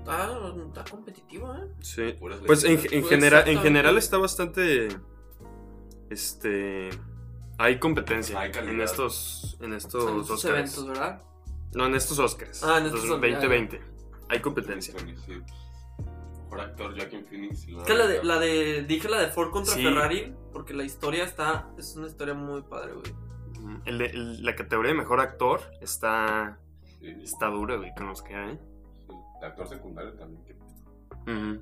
A: Está, está competitivo, ¿eh?
B: Sí,
C: puras
B: pues en,
C: leyendas.
B: en
A: Pues
B: general, en
A: exactamente.
B: general está bastante, este, hay competencia
C: Hay calidad.
B: en estos, en estos
A: Son sus
B: Oscars.
A: eventos, ¿verdad?
B: No, en estos Oscars.
A: Ah, en estos Oscars,
B: Entonces, 2020. Hay competencia.
C: Sí. pues, Mejor actor Joaquin Phoenix. y
A: Es que la de, la de- dije la de Ford contra
B: Sí.
A: Ferrari, porque la historia está, es una historia muy padre, güey.
B: Ujú. El de- el- la categoría de mejor actor está,
C: Sí, sí.
B: está dura, güey, con los que hay.
C: El actor secundario también. que-
B: Ujú.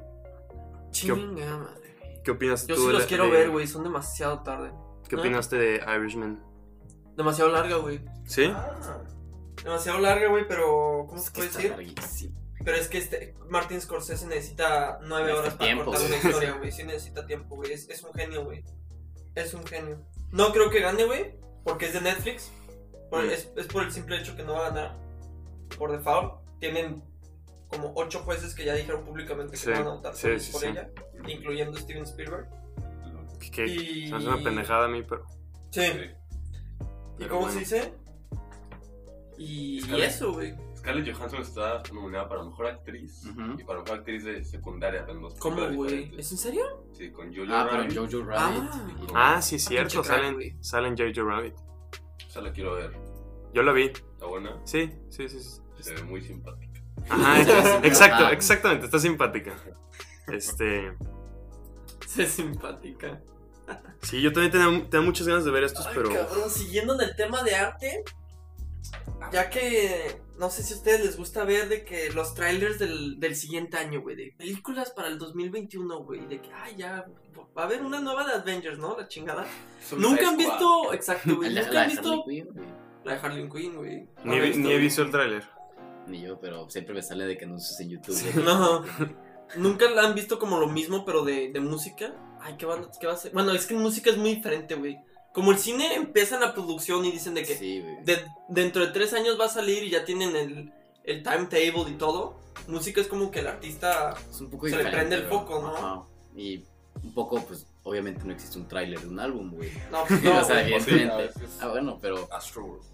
A: Chinga madre.
B: ¿Qué opinaste
A: Yo
B: tú
A: sí
B: de
A: los
B: la-
A: quiero
B: de-
A: ver, güey, son demasiado tarde.
B: ¿Qué
A: Ah.
B: opinaste de Irishman?
A: Demasiado larga, güey.
B: ¿Sí?
A: Demasiado larga, güey, pero ¿cómo
D: Es
A: se
D: que
A: puede
D: está
A: decir?
D: larguísimo.
A: Pero es que este Martin Scorsese necesita nueve
B: Este
D: Necesita
A: horas para
D: tiempo,
A: contar una
D: güey.
A: historia, güey. Sí necesita tiempo, güey. Es, es un genio, güey. Es un genio. No creo que gane, güey, porque es de Netflix. Por-
B: Mm.
A: es, es por el simple hecho que no va a ganar. Por default. Tienen como ocho jueces que ya dijeron públicamente que
B: Sí,
A: no van a votar
B: sí,
A: por,
B: sí,
A: por
B: sí.
A: ella, incluyendo Steven Spielberg.
B: Que- que-
A: Y-
B: se me hace una pendejada a mí, pero.
A: Sí.
C: Sí.
A: ¿Y
B: pero
A: cómo
B: bueno.
A: se dice? Y,
C: Es
A: y
C: que-
A: eso, güey.
C: Scarlett Johansson está nominada para mejor actriz
D: Ujú.
C: y para mejor actriz de secundaria. pero en dos
A: ¿Cómo,
C: películas
A: güey?
C: diferentes.
A: ¿Es en serio?
C: Sí, con Julia
D: Ah, pero
C: Rabbit.
D: Jojo
A: Ah.
D: Rabbit. güey.
B: Ah, sí, es cierto.
A: pinche crack,
B: Salen,
A: güey.
B: salen Jojo Rabbit.
C: Esa la quiero ver.
B: Yo la vi.
C: Está buena.
B: Sí, sí, sí. sí.
C: Se ve muy simpática.
B: Ajá,
D: Está
B: exacto,
D: simpática.
B: exactamente. Está simpática. Este.
A: Se simpática.
B: Sí, yo también tenía, tenía muchas ganas de ver estos,
A: Ay,
B: pero.
A: cabrón, siguiendo en el tema de arte, ya que no sé si a ustedes les gusta ver de que los trailers del, del siguiente año, güey, de películas para el 2021, güey, de que, ay, ya, va a haber una nueva de Avengers, ¿no? La chingada. Nunca han visto, exacto, güey,
D: El de-
A: nunca han
D: la de Harley
A: visto
D: Quinn, güey.
A: la de Harley Quinn, güey. No
B: Ni,
A: la
B: vi- ni he
A: güey.
B: visto el tráiler.
D: Ni yo, pero siempre me sale de que anuncios en YouTube.
B: Sí,
D: güey.
A: No, nunca la han visto como lo mismo, pero de, de música. Ay, ¿qué, van, ¿qué va a ser? Bueno, es que en música es muy diferente, güey. Como el cine empieza la producción y dicen de que
D: Sí, güey.
A: de- dentro de tres años va a salir y ya tienen el, el timetable y todo. Música es como que el artista.
D: Es un poco
A: se le
D: diferente,
A: prende el
D: güey.
A: foco, ¿no?
D: Ajá. Y un poco, pues, obviamente no existe un tráiler de un álbum, güey.
A: No, pues
D: o
A: no.
D: sea,
A: güey.
D: evidentemente. Ah, bueno, pero
C: Astro World.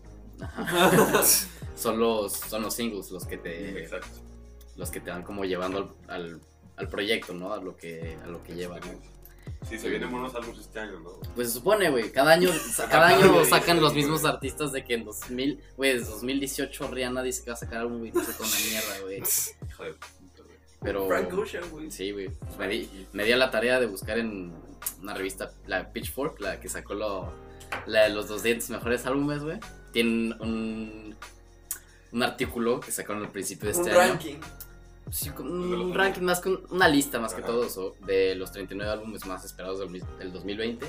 D: son los, son los singles los que te,
C: Exacto.
D: los que te van como llevando al, al- al proyecto, ¿no? A lo que, a lo que lleva. ¿no?
C: Sí, se vienen buenos álbumes este año, ¿no?
D: Pues se supone, güey. Cada año, sa- cada año sacan los mismos artistas de que en 2000, güey, desde 2018 Rihanna dice que va a sacar álbum y dice con la mierda, güey.
C: Hijo de puta, güey.
D: Pero.
A: Frank Ocean, güey.
D: Sí, güey. Pues me, di, me di a la tarea de buscar en una revista, la Pitchfork, la que sacó lo, la de los 200 mejores álbumes, güey. Tienen un, un artículo que sacaron al principio de
A: un
D: este año.
A: ranking.
D: Sí, con
C: de los
D: un
C: álbumes.
D: ranking más con una lista más que
C: Ajá.
D: todo so- de los 39 álbumes más esperados del, mis- del 2020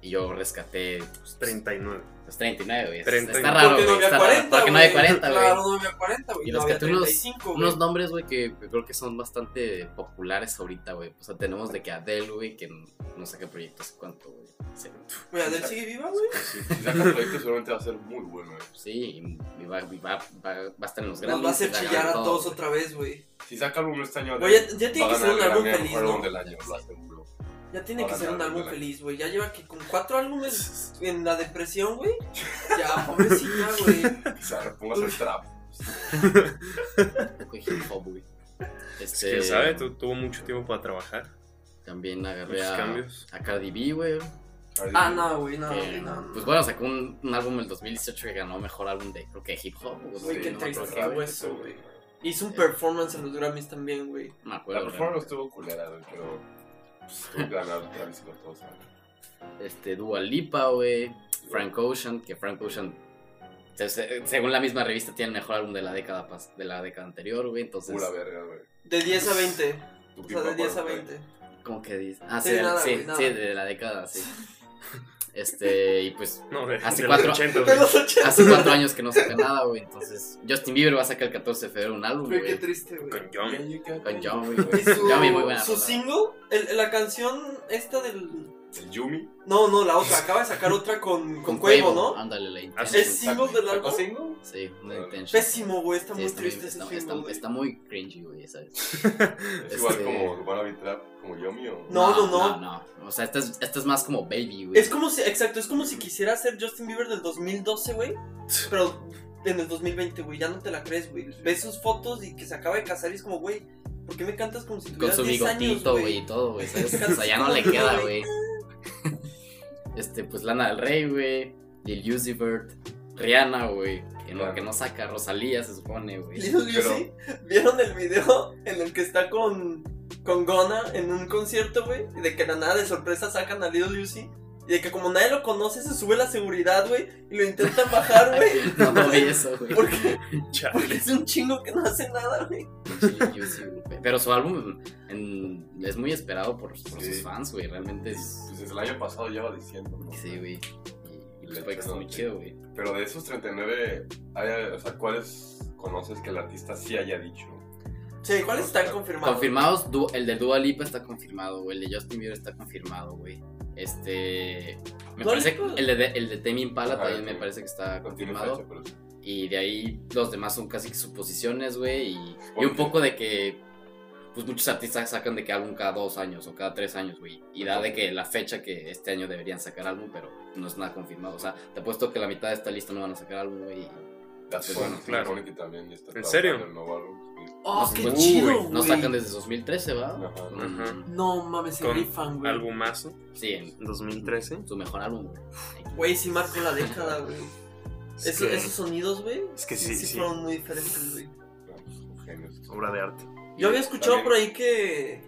D: y yo rescaté pues,
B: 39.
D: los 39, güey. Está-
B: 39.
D: Está raro,
A: porque no había
D: güey, está raro,
A: 40,
D: porque no había 40, güey.
A: Claro, no había 40, güey.
D: Y
A: no
D: los
A: había
D: que tú unos-
A: 35, güey.
D: Unos nombres, güey, que creo que son bastante populares ahorita, güey. O sea, tenemos de que Adele, güey, que no, no saca proyectos hace cuánto, güey. Sí,
A: Güey, Adele sigue viva, güey.
C: Pues sí, Si sacan proyecto seguramente va a ser muy bueno, eh. güey.
D: pues sí, y, y va, y va, va- va a estar en los grandes.
A: Nos va a hacer chillar a todos
D: otra
A: otra vez, güey.
C: Si saca álbum este año,
A: Güey, ya, ya tiene
C: va
A: que
C: a
A: ser un
C: ganar el
A: álbum
C: Grammy al
A: feliz,
C: mejor álbum
A: ¿no?
C: del año, lo aseguro.
A: Ya tiene
C: Va
A: que
C: a
A: ser un
C: ganar
A: álbum
C: el-
A: feliz, güey. Ya lleva que con cuatro álbumes en la depresión, güey. Ya, pobrecita, güey.
C: O sea, pongas el trap.
D: Poco de hip hop, güey.
B: Es
D: Este,
B: que, ¿sabes? Tu- tuvo mucho tiempo para trabajar.
D: También agarré
B: Muchos
D: a,
B: cambios.
D: a Cardi B, güey.
A: Ah, no, güey, no,
D: que,
A: güey, no.
D: Pues bueno, sacó un, un álbum en el 2018 que ganó mejor álbum de, creo que hip hop. o
A: Güey,
D: sí,
A: qué
D: no me acuerdo
A: triste,
D: qué, güey.
A: güey. eso, güey. Hizo un performance en los Grammys también, güey.
D: No me
C: La
D: acuerdo.
C: performance
D: güey.
C: estuvo culera, güey, pero. pues, tuvo que ganar Travis Scott, todos saben.
D: Este, Dua Lipa, güey. Frank Ocean, que Frank Ocean, se- se- según la misma revista, tiene el mejor álbum de la década, pas- de la década anterior, güey. Entonces,
C: Pura verga, güey.
A: De 10 a 20.
C: Tu
A: O sea,
C: tipo
A: de 10 a
C: acuerdo,
A: 20.
D: ¿cómo que dice? Ah,
A: Sí,
D: sí, de-
A: nada,
D: sí,
A: güey, nada.
D: sí, de la década, sí. Este, y pues,
B: No, de,
D: Hace
B: de
D: cuatro-
B: los 80,
A: De
B: güey.
A: los 80.
D: hace cuatro años que no saca nada, güey. Entonces, Justin Bieber va a sacar el 14 de febrero un álbum,
A: Güey, qué
D: güey.
A: triste, güey.
B: Con
C: güey.
B: John.
C: Yeah, you got
D: Con
C: it.
D: John, güey.
A: Y su,
D: Ya vi, muy buena
A: su
D: rola.
A: single, el- la canción esta del...
C: El Yumi.
A: No, no, la otra. Acaba de sacar otra con, con Cuevo, ¿no?
D: Ándale, la
B: Ah,
D: intention.
B: sí.
A: El single del
C: ¿Sacó
A: álbum.
C: single?
D: Sí, una intention.
A: Pésimo, güey. Está
D: Sí,
A: muy triste
D: muy-
A: ese
D: está-
A: single,
D: está-
A: güey.
D: está muy cringy, güey, ¿sabes?
C: Es igual
D: Este-
C: como Wannabe Trap, como Yomi o.
A: No, no, no.
D: No, no. O sea, esta es, esta es más como baby, güey.
A: Es como si, exacto, es como si quisiera ser Justin Bieber del 2012, güey. Pero en el 2020, güey, ya no te la crees, güey. Ves sus fotos y que se acaba de casar y es como, güey, ¿por qué me cantas como si
D: Con
A: tuvieras
D: su
A: 10 años,
D: bigotito, güey,
A: güey?
D: y todo, güey, ¿sabes? O sea, ya no le queda, güey. Este, pues Lana del Rey, güey. Lil Uzi Vert. Rihanna, güey. Que no, que no saca Rosalía, se supone, güey.
A: Lil Uzi, ¿vieron el video en el que está con, con Gona en un concierto, güey? Y de que de la nada de sorpresa sacan a Lil Uzi. Y de que como nadie lo conoce, se sube la seguridad, güey, y lo intentan bajar, güey.
D: No, no vi eso, güey.
A: Porque, porque
B: Chale.
A: es un chingo que no hace nada, güey.
D: Lil Uzi, güey. Pero su álbum en- es muy esperado por, por
C: Sí.
D: sus fans, güey. Realmente es.
C: Pues desde el año pasado lleva diciendo, ¿no?
D: Sí, güey. Y, y pues,
C: Letra,
D: fue que está
C: ¿no?
D: muy chido, güey.
C: Pero de esos 39, hay- o sea, ¿cuáles conoces que el artista sí haya dicho?
A: Sí, ¿cuáles están confirmados?
D: Confirmados, du- el de Dua Lipa está confirmado, güey. El de Justin Bieber está confirmado, güey. Este. Me
A: Dua
D: parece
A: Lipa.
D: que el de, el de Temi Impala
C: Ajá,
D: también
C: el
D: me
C: Temi.
D: parece que está
C: No Ah, tiene
D: confirmado.
C: fecha, pero sí.
D: Y de ahí los demás son casi que suposiciones, güey. Y, y
C: Porque-
D: un poco de que. Pues muchos artistas sacan de que álbum cada dos años o cada tres años, güey. Y da de que la fecha que este año deberían sacar álbum, pero no es nada confirmado. O sea, te apuesto que la mitad de esta lista no van a sacar álbum, güey. y
C: That's
D: Sí,
C: Fun,
D: bueno,
C: sí,
B: claro.
C: Sonic también ya está
B: ¿En
C: trabajando
B: serio?
C: en el nuevo álbum, sí.
A: Oh,
D: no
A: qué
D: sacan-
A: chido,
B: Uy,
A: güey.
D: No sacan desde 2013, ¿va?
C: Ajá.
D: Con-
B: Ajá.
A: No mames, se
B: Con
A: rifan, güey.
B: Albumazo.
D: Sí, en
B: 2013.
D: su mejor álbum, güey.
A: Güey, sí marcó la década, güey. Eso-
B: que-
A: Esos sonidos, güey.
B: es que sí, sí.
A: fueron muy diferentes, güey.
C: Vamos, un genio.
B: Obra de arte.
A: Yo había escuchado
C: También-
A: por ahí que.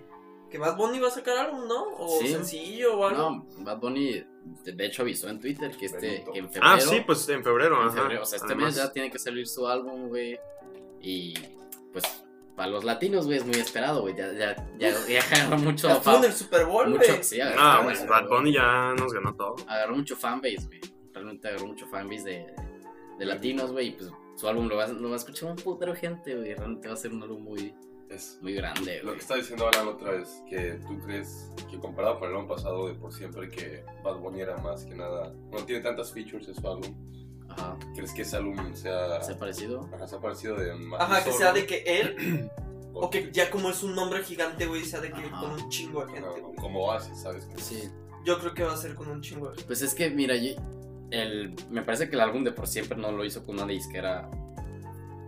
A: que Bad Bunny iba a sacar álbum, ¿no? O
D: Sí.
A: sencillo o algo.
D: No, Bad Bunny de de hecho avisó en Twitter que este
C: Benito.
D: que en febrero,
B: Ah, sí, pues en febrero.
D: en
B: ajá.
D: febrero, o sea, este
B: Además,
D: mes ya tiene que salir su álbum, güey. Y pues para los latinos, güey, es muy esperado, güey. Ya ya ya, ya agarró mucho
A: Ya estuvo en
D: fan,
A: el Super Bowl, güey.
D: mucho, sí, agarró,
B: Ah,
D: agarró-
B: pues Bad Bunny ya nos ganó todo.
D: agarró mucho fanbase, güey. Realmente agarró mucho fanbase de, de latinos, güey, y pues su álbum lo va, a- lo va a escuchar un putero gente, güey. Realmente va a ser un álbum muy
C: Es
D: muy grande,
C: lo que
D: güey.
C: está diciendo Alan otra vez, que tú crees que comparado con el año pasado de por siempre que Bad Bunny era más que nada, no tiene tantas features en su álbum,
D: Ajá.
C: ¿crees que ese álbum sea,
D: ¿Se ha parecido?
C: ajá, sea parecido de más
A: Ajá, que
C: solo?
A: sea de que él.
C: O-
A: O que ya como es un nombre gigante, güey, sea de que
D: Ajá.
A: con un chingo de gente,
C: ajá,
A: güey.
C: como Oasis, ¿sabes?
D: Sí.
A: Yo creo que va a ser con un chingo de gente.
D: Pues es que, mira, yo- el, me parece que el álbum de por siempre no lo hizo con una disquera.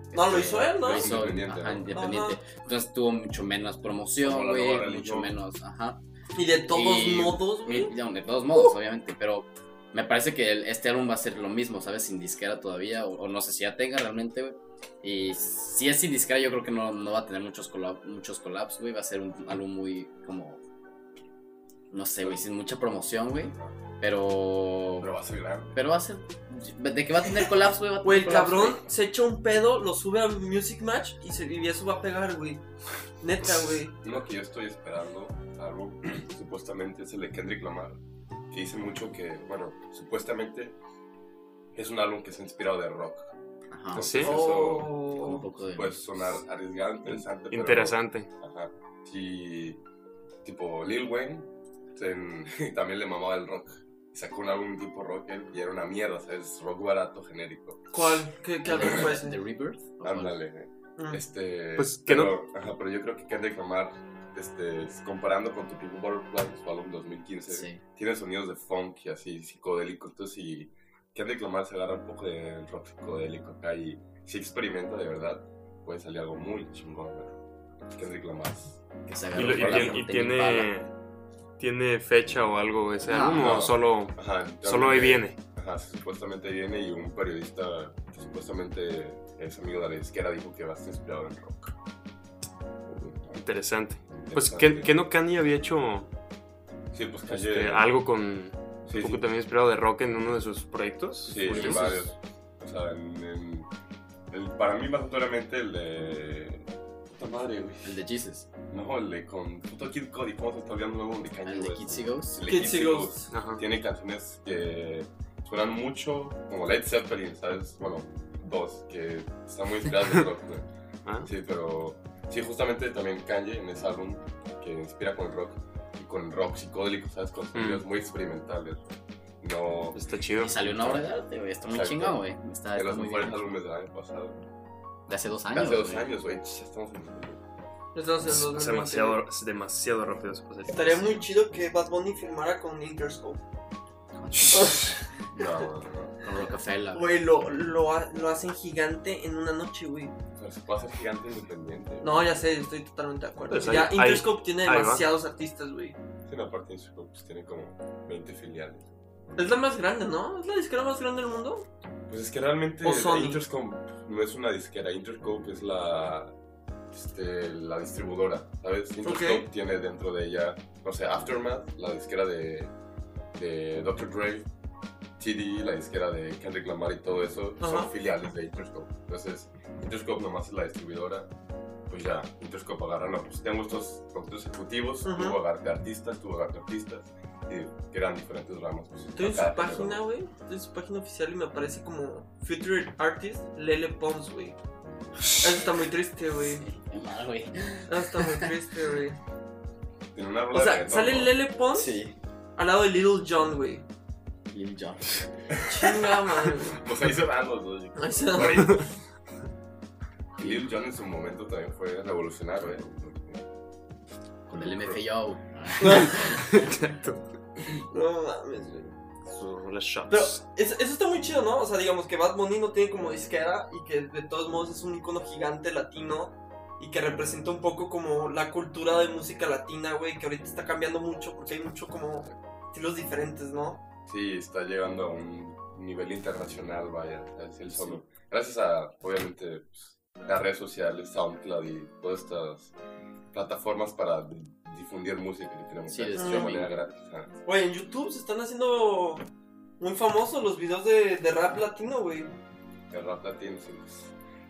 D: este,
A: No, lo hizo él, ¿no?
D: Lo hizo ajá,
C: Independiente,
D: independiente.
C: ¿no?
D: Entonces tuvo mucho menos promoción,
C: Como la
D: güey,
C: nueva
D: mucho
C: religión.
D: menos. Ajá.
A: Y de todos
D: Y-
A: modos, güey.
D: Y- no, de todos modos, obviamente, pero me parece que el- este álbum va a ser lo mismo, ¿sabes? Sin disquera todavía, o, o no sé si ya tenga realmente, güey. Y si es sin disquera, yo creo que no, no va a tener muchos, collab- muchos collabs, güey. Va a ser un álbum muy, como. No sé, güey, sin mucha promoción, güey. Pero.
C: Pero va a ser grande.
D: Pero va a ser. ¿De que va a tener collabs, güey? va a
A: Güey, el
D: tener collabs,
A: cabrón
D: güey.
A: se echa un pedo, lo sube a Music Match y, se, y eso va a pegar, güey. Neta, güey.
C: Uno que yo estoy esperando, algo supuestamente es el de Kendrick Lamar, que dice mucho que, bueno, supuestamente es un álbum que se ha inspirado de rock.
D: Ajá.
C: Entonces
B: ¿Sí?
C: eso
D: Un
A: Oh.
D: poco de.
C: puede sonar arriesgante, interesante. pero-
B: Interesante.
C: Ajá. Y tipo Lil Wayne ten- también le mamaba el rock. Y sacó un álbum tipo rock él, y era una mierda, ¿sabes? Rock barato, genérico.
A: ¿Cuál? ¿Qué, qué álbum fue
D: ¿The
A: ese?
D: Rebirth? ¿O cuál?
C: Ándale. eh.
A: Mm.
C: Este.
B: Pues, que no-
C: pero, Ajá, pero yo creo que Kendrick Lamar, este, comparando con tu Butterfly, su álbum 2015,
D: Sí.
C: tiene sonidos de funk y así psicodélico. Entonces, si Kendrick Lamar se agarra un poco del rock psicodélico acá y si experimenta de verdad, puede salir algo muy chingón. ¿verdad? Kendrick Lamar.
D: Que se
B: Y,
D: agarró
B: lo- y-
D: con la
B: y- y
D: Mountain Impala.
B: tiene, tiene fecha o algo ese
D: No.
B: álbum o
C: No.
B: solo,
C: Ajá,
B: solo ahí
C: realmente-
B: viene.
C: Ajá, supuestamente viene y un periodista que supuestamente es amigo de la disquera dijo que va a estar inspirado en rock.
B: Interesante. Pues que, que no Kanye había hecho
C: Sí, pues que
B: este, algo con
C: Sí,
B: un poco
C: sí.
B: también inspirado de rock en uno de sus proyectos.
C: Sí,
B: Pues,
C: sí,
D: Ulises.
C: varios. O sea, en, en- el- para mí más notoriamente el de... Puta madre, güey.
D: El de Jesus.
C: No, el de con puto Kid Cody. ¿Cómo se está olvidando el álbum de Kanye
D: Ah, El de
C: West?
D: Kitsy Ghost.
C: El de
A: Kids y
C: Kitsy
A: Ghosts.
B: ajá.
C: Tiene canciones que suenan mucho como Led Zeppelin, ¿sabes? Bueno, dos, que están muy inspiradas en rock, güey.
B: Ah,
C: Sí, pero sí, justamente también Kanye en ese álbum que inspira con el rock y con el rock psicodélico, ¿sabes? Con sonidos muy experimentales. No,
B: Está chido.
D: Y salió una obra de arte, güey. Está muy
C: Exacto.
D: chingón, güey.
C: de
D: Está, Pues, ah, está
C: los
D: muy
C: mejores
D: bien.
C: álbumes del año pasado.
D: De hace dos
C: De
D: años.
C: hace dos
D: güey.
C: años, güey. Ya estamos en.
A: Entonces,
B: Es,
A: en
B: es
A: 2020.
B: demasiado, es demasiado rápido esa cosa.
A: Estaría muy chido que Bad Bunny firmara con Interscope.
C: No, no, no.
D: Con Rockefeller.
A: Güey, lo, lo, ha- lo hacen gigante en una noche, güey.
C: Pero se puede hacer gigante independiente.
A: No, ya sé, estoy totalmente de acuerdo.
B: Pues ahí-
A: ya
B: ahí-
A: Interscope tiene
B: ahí va.
A: demasiados artistas, güey.
C: Tiene aparte de su pues tiene como 20 filiales.
A: Es la más grande, ¿no? ¿Es la disquera más grande del mundo?
C: Pues es que realmente
A: O Sony.
C: Interscope no es una disquera, Interscope es la, este, la distribuidora, ¿sabes? Interscope
A: Ok.
C: tiene dentro de ella, no sé, Aftermath, la disquera de, de Dr. Dre, TD, la disquera de Kendrick Lamar y todo eso,
A: Ajá.
C: son filiales de Interscope. Entonces, Interscope nomás es la distribuidora, pues ya, Interscope agarra, no, pues tengo estos productos ejecutivos,
A: Ujú.
C: tuvo agarrarte artistas, tuvo agarrarte artistas, y que eran diferentes ramas. Pues,
A: Estoy en su
C: acá,
A: página,
C: pero-
A: güey. Estoy en su página oficial y me aparece como Future Artist Lele Pons, güey. Eso está muy triste, güey.
D: Qué mal, güey.
A: Eso está muy triste, güey.
C: Tiene una rola
A: O
C: de
A: sea,
C: reggaetón,
A: sale
C: ¿no?
A: Lele Pons
D: Sí.
A: al lado de Little John, güey.
D: Y el John.
A: Chinga, madre. güey.
C: Pues ahí se van los dos.
A: Ahí se dan.
C: Y Lil Jon en su momento también fue revolucionario, ¿eh?
D: Con el MFAO.
B: Exacto.
A: No mames, güey.
B: Sus rolas shots.
A: Pero eso, eso está muy chido, ¿no? O sea, digamos que Bad Bunny no tiene como disquera y que de todos modos es un icono gigante latino y que representa un poco como la cultura de música latina, güey, que ahorita está cambiando mucho porque hay mucho como estilos diferentes, ¿no?
C: Sí, está llegando a un nivel internacional, vaya, es el solo. Gracias a, obviamente, pues, las redes sociales, SoundCloud y todas estas plataformas para di- difundir música que tenemos
D: Sí,
C: de
D: el
C: una
A: streaming.
C: manera gratis. ajá.
A: Güey, en YouTube se están haciendo muy famosos los videos de, de rap latino, güey.
C: El rap latino, sí, pues,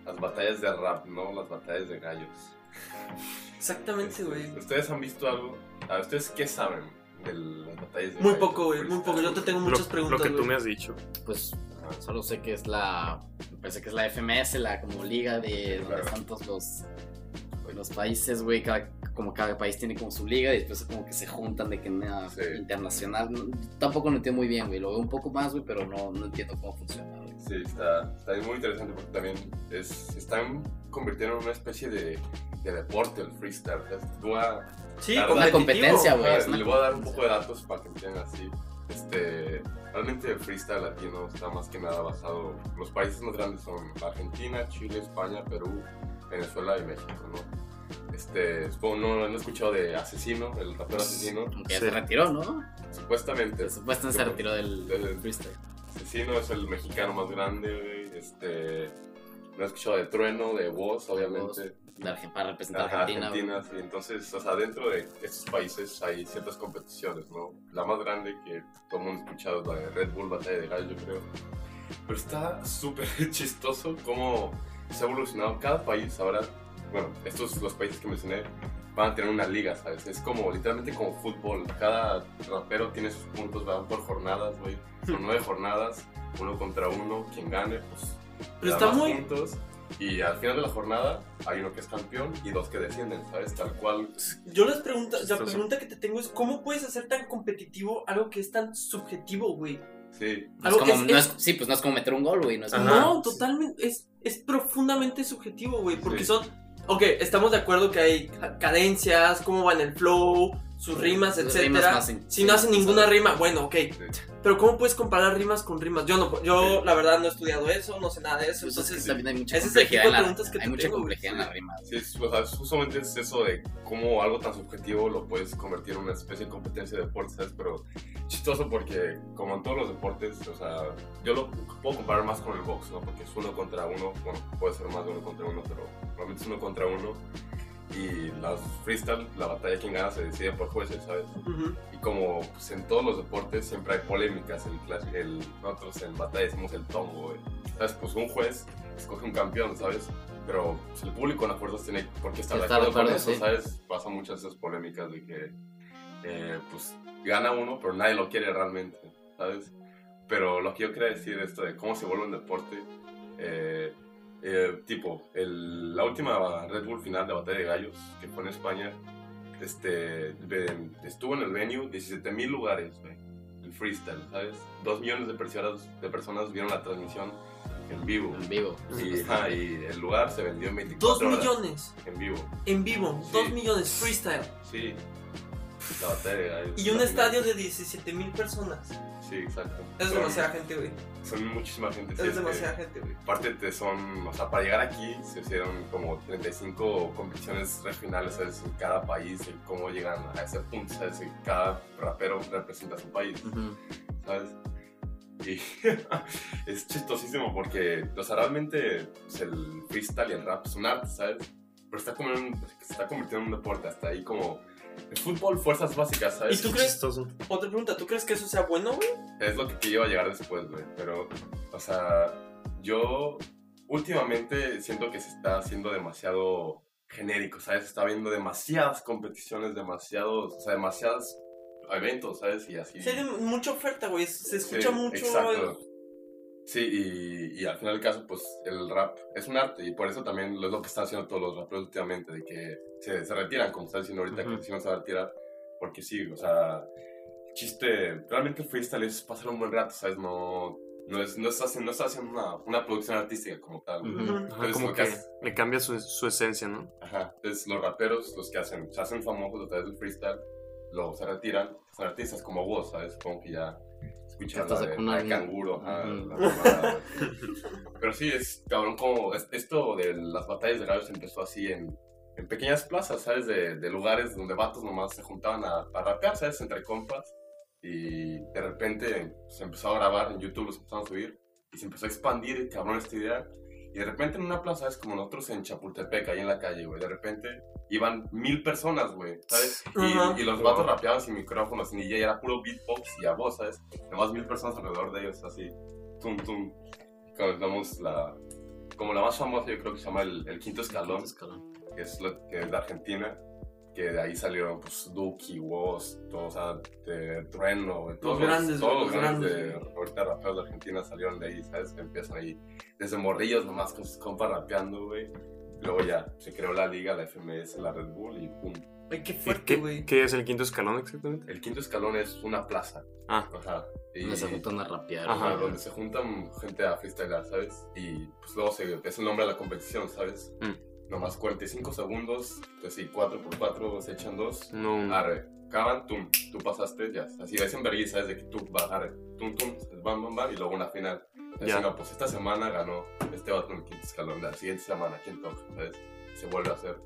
C: las batallas de rap, ¿no? Las batallas de gallos. Este,
A: Exactamente, güey.
C: ¿Ustedes han visto algo? A ver, ¿Ustedes qué saben de las batallas de
A: Muy
C: gallos?
A: poco, güey, muy poco. Yo te tengo
B: Lo-
A: muchas
B: lo,
A: preguntas,
B: que tú
A: güey.
B: me has dicho.
D: Pues
C: Ajá.
D: solo sé que es la. Me parece que es la FMS, la como liga de donde
C: Claro.
D: están todos los. pues, Los países, güey, cada- como cada país tiene como su liga y después como que se juntan de que nada
C: Sí.
D: internacional. No, tampoco lo entiendo muy bien, güey. Lo veo un poco más, güey, pero no, no entiendo cómo funciona, güey.
C: Sí, está, está muy interesante porque también es, se están convirtiendo en una especie de, de deporte el freestyle. O sea, voy a-
A: Sí,
C: Una
A: competitivo.
D: competencia, güey.
C: ah,
D: es una
C: le voy a dar un
D: competencia.
C: poco de datos para que entiendan así. Este, realmente el freestyle latino está más que nada basado. Los países más grandes son Argentina, Chile, España, Perú, Venezuela y México, ¿no? Este, supongo no no han escuchado de Asesino, el rapero Asesino.
D: Aunque ya
B: Sí.
D: se retiró, ¿no?
C: Supuestamente,
D: Supuestamente se retiró
C: Del-
D: del freestyle.
C: Asesino es el mexicano más grande, güey. Este, no he escuchado de Trueno, de Voz, obviamente.
D: de Arge- para representar
C: Ajá,
D: a Argentina. güey.
C: Argentina, sí. Entonces, o sea, dentro de estos países hay ciertas competiciones, ¿no? La más grande que todo el mundo ha escuchado es la de Red Bull Batalla de Gallos, yo creo. Pero está súper chistoso cómo se ha evolucionado cada país. Ahora, bueno, estos los países que mencioné van a tener una liga, ¿sabes? Es como, literalmente como fútbol. Cada rapero tiene sus puntos, van por jornadas, güey. Son nueve jornadas, uno contra uno. Quien gane, pues
A: Pero
C: le da
A: está
C: más
A: muy-
C: puntos. Y al final de la jornada hay uno que es campeón y dos que descienden, ¿sabes? Tal cual.
A: Yo les pregunto, la
B: Chistoso.
A: pregunta que te tengo es, ¿cómo puedes hacer tan competitivo algo que es tan subjetivo, güey?
C: Sí,
D: No es
A: Algo
D: como,
A: es-
D: no
A: es-
D: es- sí, pues no es como meter un gol, güey. No es
B: Ajá.
D: como-
A: No, totalmente, es, es profundamente subjetivo, güey, porque
C: Sí.
A: son, ok, estamos de acuerdo que hay ca- cadencias, cómo van el flow, sus rimas,
D: Sus
A: etcétera.
D: rimas más in-
A: si no hacen ninguna rima, bueno, ok.
C: Sí.
A: Pero ¿cómo puedes comparar rimas con rimas? Yo no, yo
C: Sí.
A: la verdad no he estudiado eso, no sé nada de eso,
D: Pues es que
A: entonces
D: también hay mucha
A: ese es el
D: complejidad
A: tipo
D: en
A: de
D: la-
A: preguntas que
D: hay
A: te
D: mucha
A: tengo, güey.
D: complejidad en la rima. güey.
C: sí, es- o sea, justamente es eso de cómo algo tan subjetivo lo puedes convertir en una especie de competencia de deportes, ¿sabes? Pero chistoso porque, como en todos los deportes, o sea, yo lo puedo comparar más con el box, ¿no? Porque es uno contra uno, bueno, puede ser más de uno contra uno, pero normalmente es uno contra uno. Y las freestyle, la batalla quien gana se decide por jueces, ¿sabes?
A: Ujú.
C: Y como pues, en todos los deportes siempre hay polémicas, el, clas- el, nosotros en batalla decimos el tombo, güey. ¿Sabes? Pues un juez escoge un campeón, ¿sabes? Pero pues, el público en las fuerzas tiene por qué estar de
D: Está de
C: acuerdo con
D: acuerdo,
C: eso,
D: sí.
C: ¿sabes? Pasan muchas esas polémicas de que, eh, pues, gana uno, pero nadie lo quiere realmente, ¿sabes? Pero lo que yo quería decir es esto de cómo se vuelve un deporte. eh, eh, tipo, el- la última Red Bull final de Batalla de Gallos, que fue en España, este, ve- estuvo en el venue 17 mil lugares, güey, el freestyle, ¿sabes? Dos millones de personas, de personas vieron la transmisión en vivo.
D: En vivo.
C: Y, ajá, y el lugar se vendió en 24
A: Dos
C: horas
A: millones
C: en vivo.
A: en vivo,
C: Sí.
A: dos millones freestyle
C: Sí. La batalla de gallos.
A: y un
C: La final.
A: estadio de 17 mil personas.
C: Sí, exacto.
A: Es
C: Son-
A: demasiada gente, güey.
C: Son muchísima gente. sí,
A: Es
C: que-
A: demasiada gente, güey.
C: Aparte te son, o sea, para llegar aquí se hicieron como 35 competiciones regionales, ¿sabes? En cada país, y cómo llegan a ese punto, ¿sabes? Y cada rapero representa su país,
D: Ujú.
C: ¿sabes? Y es chistosísimo porque, o sea, realmente pues, el freestyle y el rap es un arte, ¿sabes? Pero está como en un- se está convirtiendo en un deporte, hasta ahí como... El fútbol, fuerzas básicas, ¿sabes?
A: ¿Y tú crees?
B: Chistoso.
A: Otra pregunta, ¿tú crees que eso sea bueno, güey?
C: Es lo que te iba a llegar después, güey. Pero, o sea, yo últimamente siento que se está haciendo demasiado genérico, ¿sabes? Se está viendo demasiadas competiciones, demasiados, o sea, demasiados eventos, ¿sabes? Y así.
A: Sí, hay de- mucha oferta, güey. Se escucha
C: Sí,
A: mucho.
C: Exacto. Sí, y, y al final del caso, pues el rap es un arte y por eso también lo es lo que están haciendo todos los raperos últimamente, de que se, se retiran, como estás diciendo ahorita,
B: Ujú.
C: que si no se va a retirar, porque sí, o sea, el chiste, realmente el freestyle es pasar un buen rato, ¿sabes? No, no, es, no estás haciendo, no estás haciendo una, una producción artística como tal. güey.
B: Ujú. Ajá,
C: Entonces,
B: como
C: lo
B: que
C: que hace-
B: le cambia su, su esencia, ¿no?
C: Ajá, entonces los raperos, los que hacen, se hacen famosos a través del freestyle, luego se retiran, son artistas como vos, ¿sabes? Supongo que ya escuchas
D: Estás
C: la de,
D: con una-
C: la de canguro, ajá,
D: Ujú.
C: la mamada, güey. Pero sí, es cabrón como, es- esto de las batallas de gallos empezó así en, en pequeñas plazas, ¿sabes? De, de lugares donde vatos nomás se juntaban a, a rapear, ¿sabes? Entre compas, y de repente se empezó a grabar en YouTube, los empezaron a subir, y se empezó a expandir, cabrón, esta idea, y de repente en una plaza, es como nosotros en Chapultepec, ahí en la calle, güey. De repente iban mil personas, güey, ¿sabes? Y,
A: Ajá.
C: y los vatos rapeaban sin micrófonos, sin DJ, era puro beatbox y a voz, ¿sabes? Nomás mil personas alrededor de ellos, así, tum, tum. Comentamos la. Como la más famosa, yo creo que se llama el, el Quinto Escalón,
D: Escalón.
C: que es, lo, que es de Argentina, que de ahí salieron, pues, Duki, Woz, todos, o sea, de Trueno, güey, todos los
A: grandes,
C: todos
A: güey,
C: los
A: los
C: grandes,
A: grandes,
C: de, ahorita raperos de Argentina salieron de ahí, ¿sabes? Que empiezan ahí desde morrillos nomás con sus compas rapeando, güey. Luego ya se creó la liga, la FMS, la Red Bull y pum.
A: Ay, qué
B: ¿Y
A: fuerte,
B: ¿Qué,
A: güey.
B: qué es el quinto escalón exactamente?
C: El quinto escalón es una plaza.
B: Ah.
C: Ajá. Y,
D: Donde se juntan a rapear.
B: Ajá,
C: ajá,
D: güey.
C: donde se juntan gente a freestylear, ¿sabes? Y pues luego se, es el nombre de la competición, ¿sabes? Nomás 45 segundos, pues sí, 4x4 se echan dos.
B: No.
A: Ah,
C: Arre, caban, tum, tú pasaste, ya. Así ves en vergüenza desde que tú vas, arre, tum, tum, bam, bam, bam, y luego una final. Así,
B: Ya.
C: no, pues esta semana ganó este vato en el quinto escalón, la siguiente semana, ¿quién toca? ¿Sabes? Se vuelve a hacer.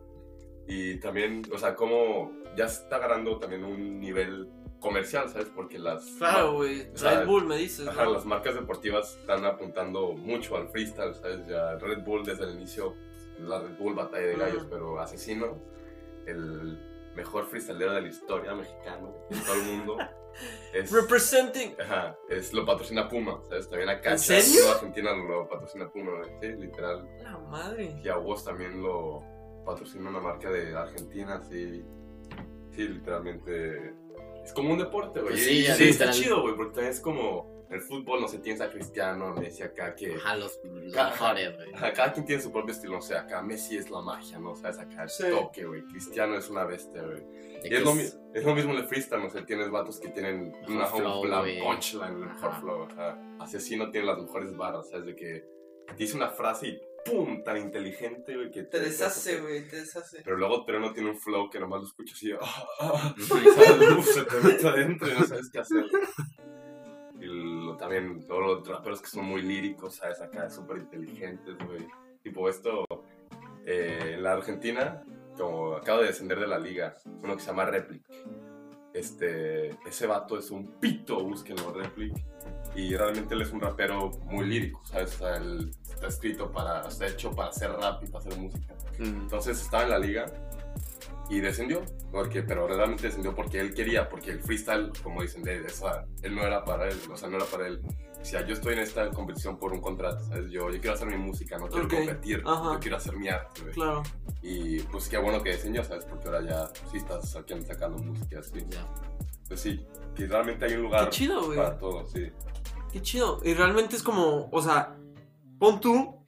C: Y también, o sea, como ya se está agarrando también un nivel comercial, ¿sabes? Porque las,
A: Claro, güey.
C: O sea,
A: Red Bull, me dices.
C: Ajá,
A: ¿no?
C: las marcas deportivas están apuntando mucho al freestyle, ¿sabes? Ya Red Bull desde el inicio, la Red Bull batalla de gallos,
A: Ujú.
C: pero Asesino, el mejor freestylero de la historia mexicano, en todo el mundo, es,
A: Representing.
C: ajá, es- lo patrocina Puma, ¿sabes? También a Cacha,
A: serio?
C: toda Argentina lo patrocina Puma, ¿no? sí, literal.
A: La madre.
C: Y a vos también lo patrocina una marca de Argentina, sí, sí, literalmente. Es como un deporte, güey.
D: Pues
C: y-
D: sí,
C: y
D: ya
C: está
D: literal.
C: chido, güey, porque también es como el fútbol, no sé, tienes a Cristiano, Messi acá, que
D: Ajá, los, los
C: Ajá.
D: mejores, güey.
C: ajá, cada quien tiene su propio estilo, o sea, acá Messi es la magia, ¿no? O sea, es acá el
A: Sí.
C: toque, güey. Cristiano es una bestia, güey.
D: De
C: Y
D: que
C: es lo, mi-
D: es-
C: es lo mismo en el freestyle, ¿no? O sea, tienes vatos que tienen
D: Mejor
C: una
D: flow,
C: la
D: güey.
C: punchline, el mejor
D: Ajá.
C: flow, ajá. Asesino tiene las mejores barras, ¿sabes? De que dice una frase y ¡pum! tan inteligente, güey, que
A: Te deshace, güey, te deshace.
C: Pero luego Trueno tiene un flow que nomás lo escuchas y ah, ah, y sale, uf, se te mete adentro y no sabes qué hacer. Y lo- también todos los raperos que son muy líricos, ¿sabes? Acá súper inteligentes, güey. Tipo esto, eh, en la Argentina, como acaba de descender de la liga, uno que se llama Replic. Este, ese vato es un pito, búsquenlo, Replic. Y realmente él es un rapero muy lírico, ¿sabes? O sea, él está escrito para, está hecho para hacer rap y para hacer música.
B: Mm.
C: Entonces estaba en la liga y descendió, porque, pero realmente descendió porque él quería, porque el freestyle, como dicen, de esa, él no era para él, o sea, no era para él. O sea, yo estoy en esta competición por un contrato, ¿sabes? Yo, yo quiero hacer mi música, no quiero
A: Ok,
C: competir,
A: ajá.
C: yo quiero hacer mi arte, güey.
A: Claro.
C: Y pues qué bueno que descendió, ¿sabes? Porque ahora ya sí estás aquí sacando música, así.
D: Ya.
C: Pues sí, que realmente hay un
A: Qué
C: lugar
A: chido, güey.
C: para todo, sí.
A: Qué chido. Y realmente es como, o sea, pon tú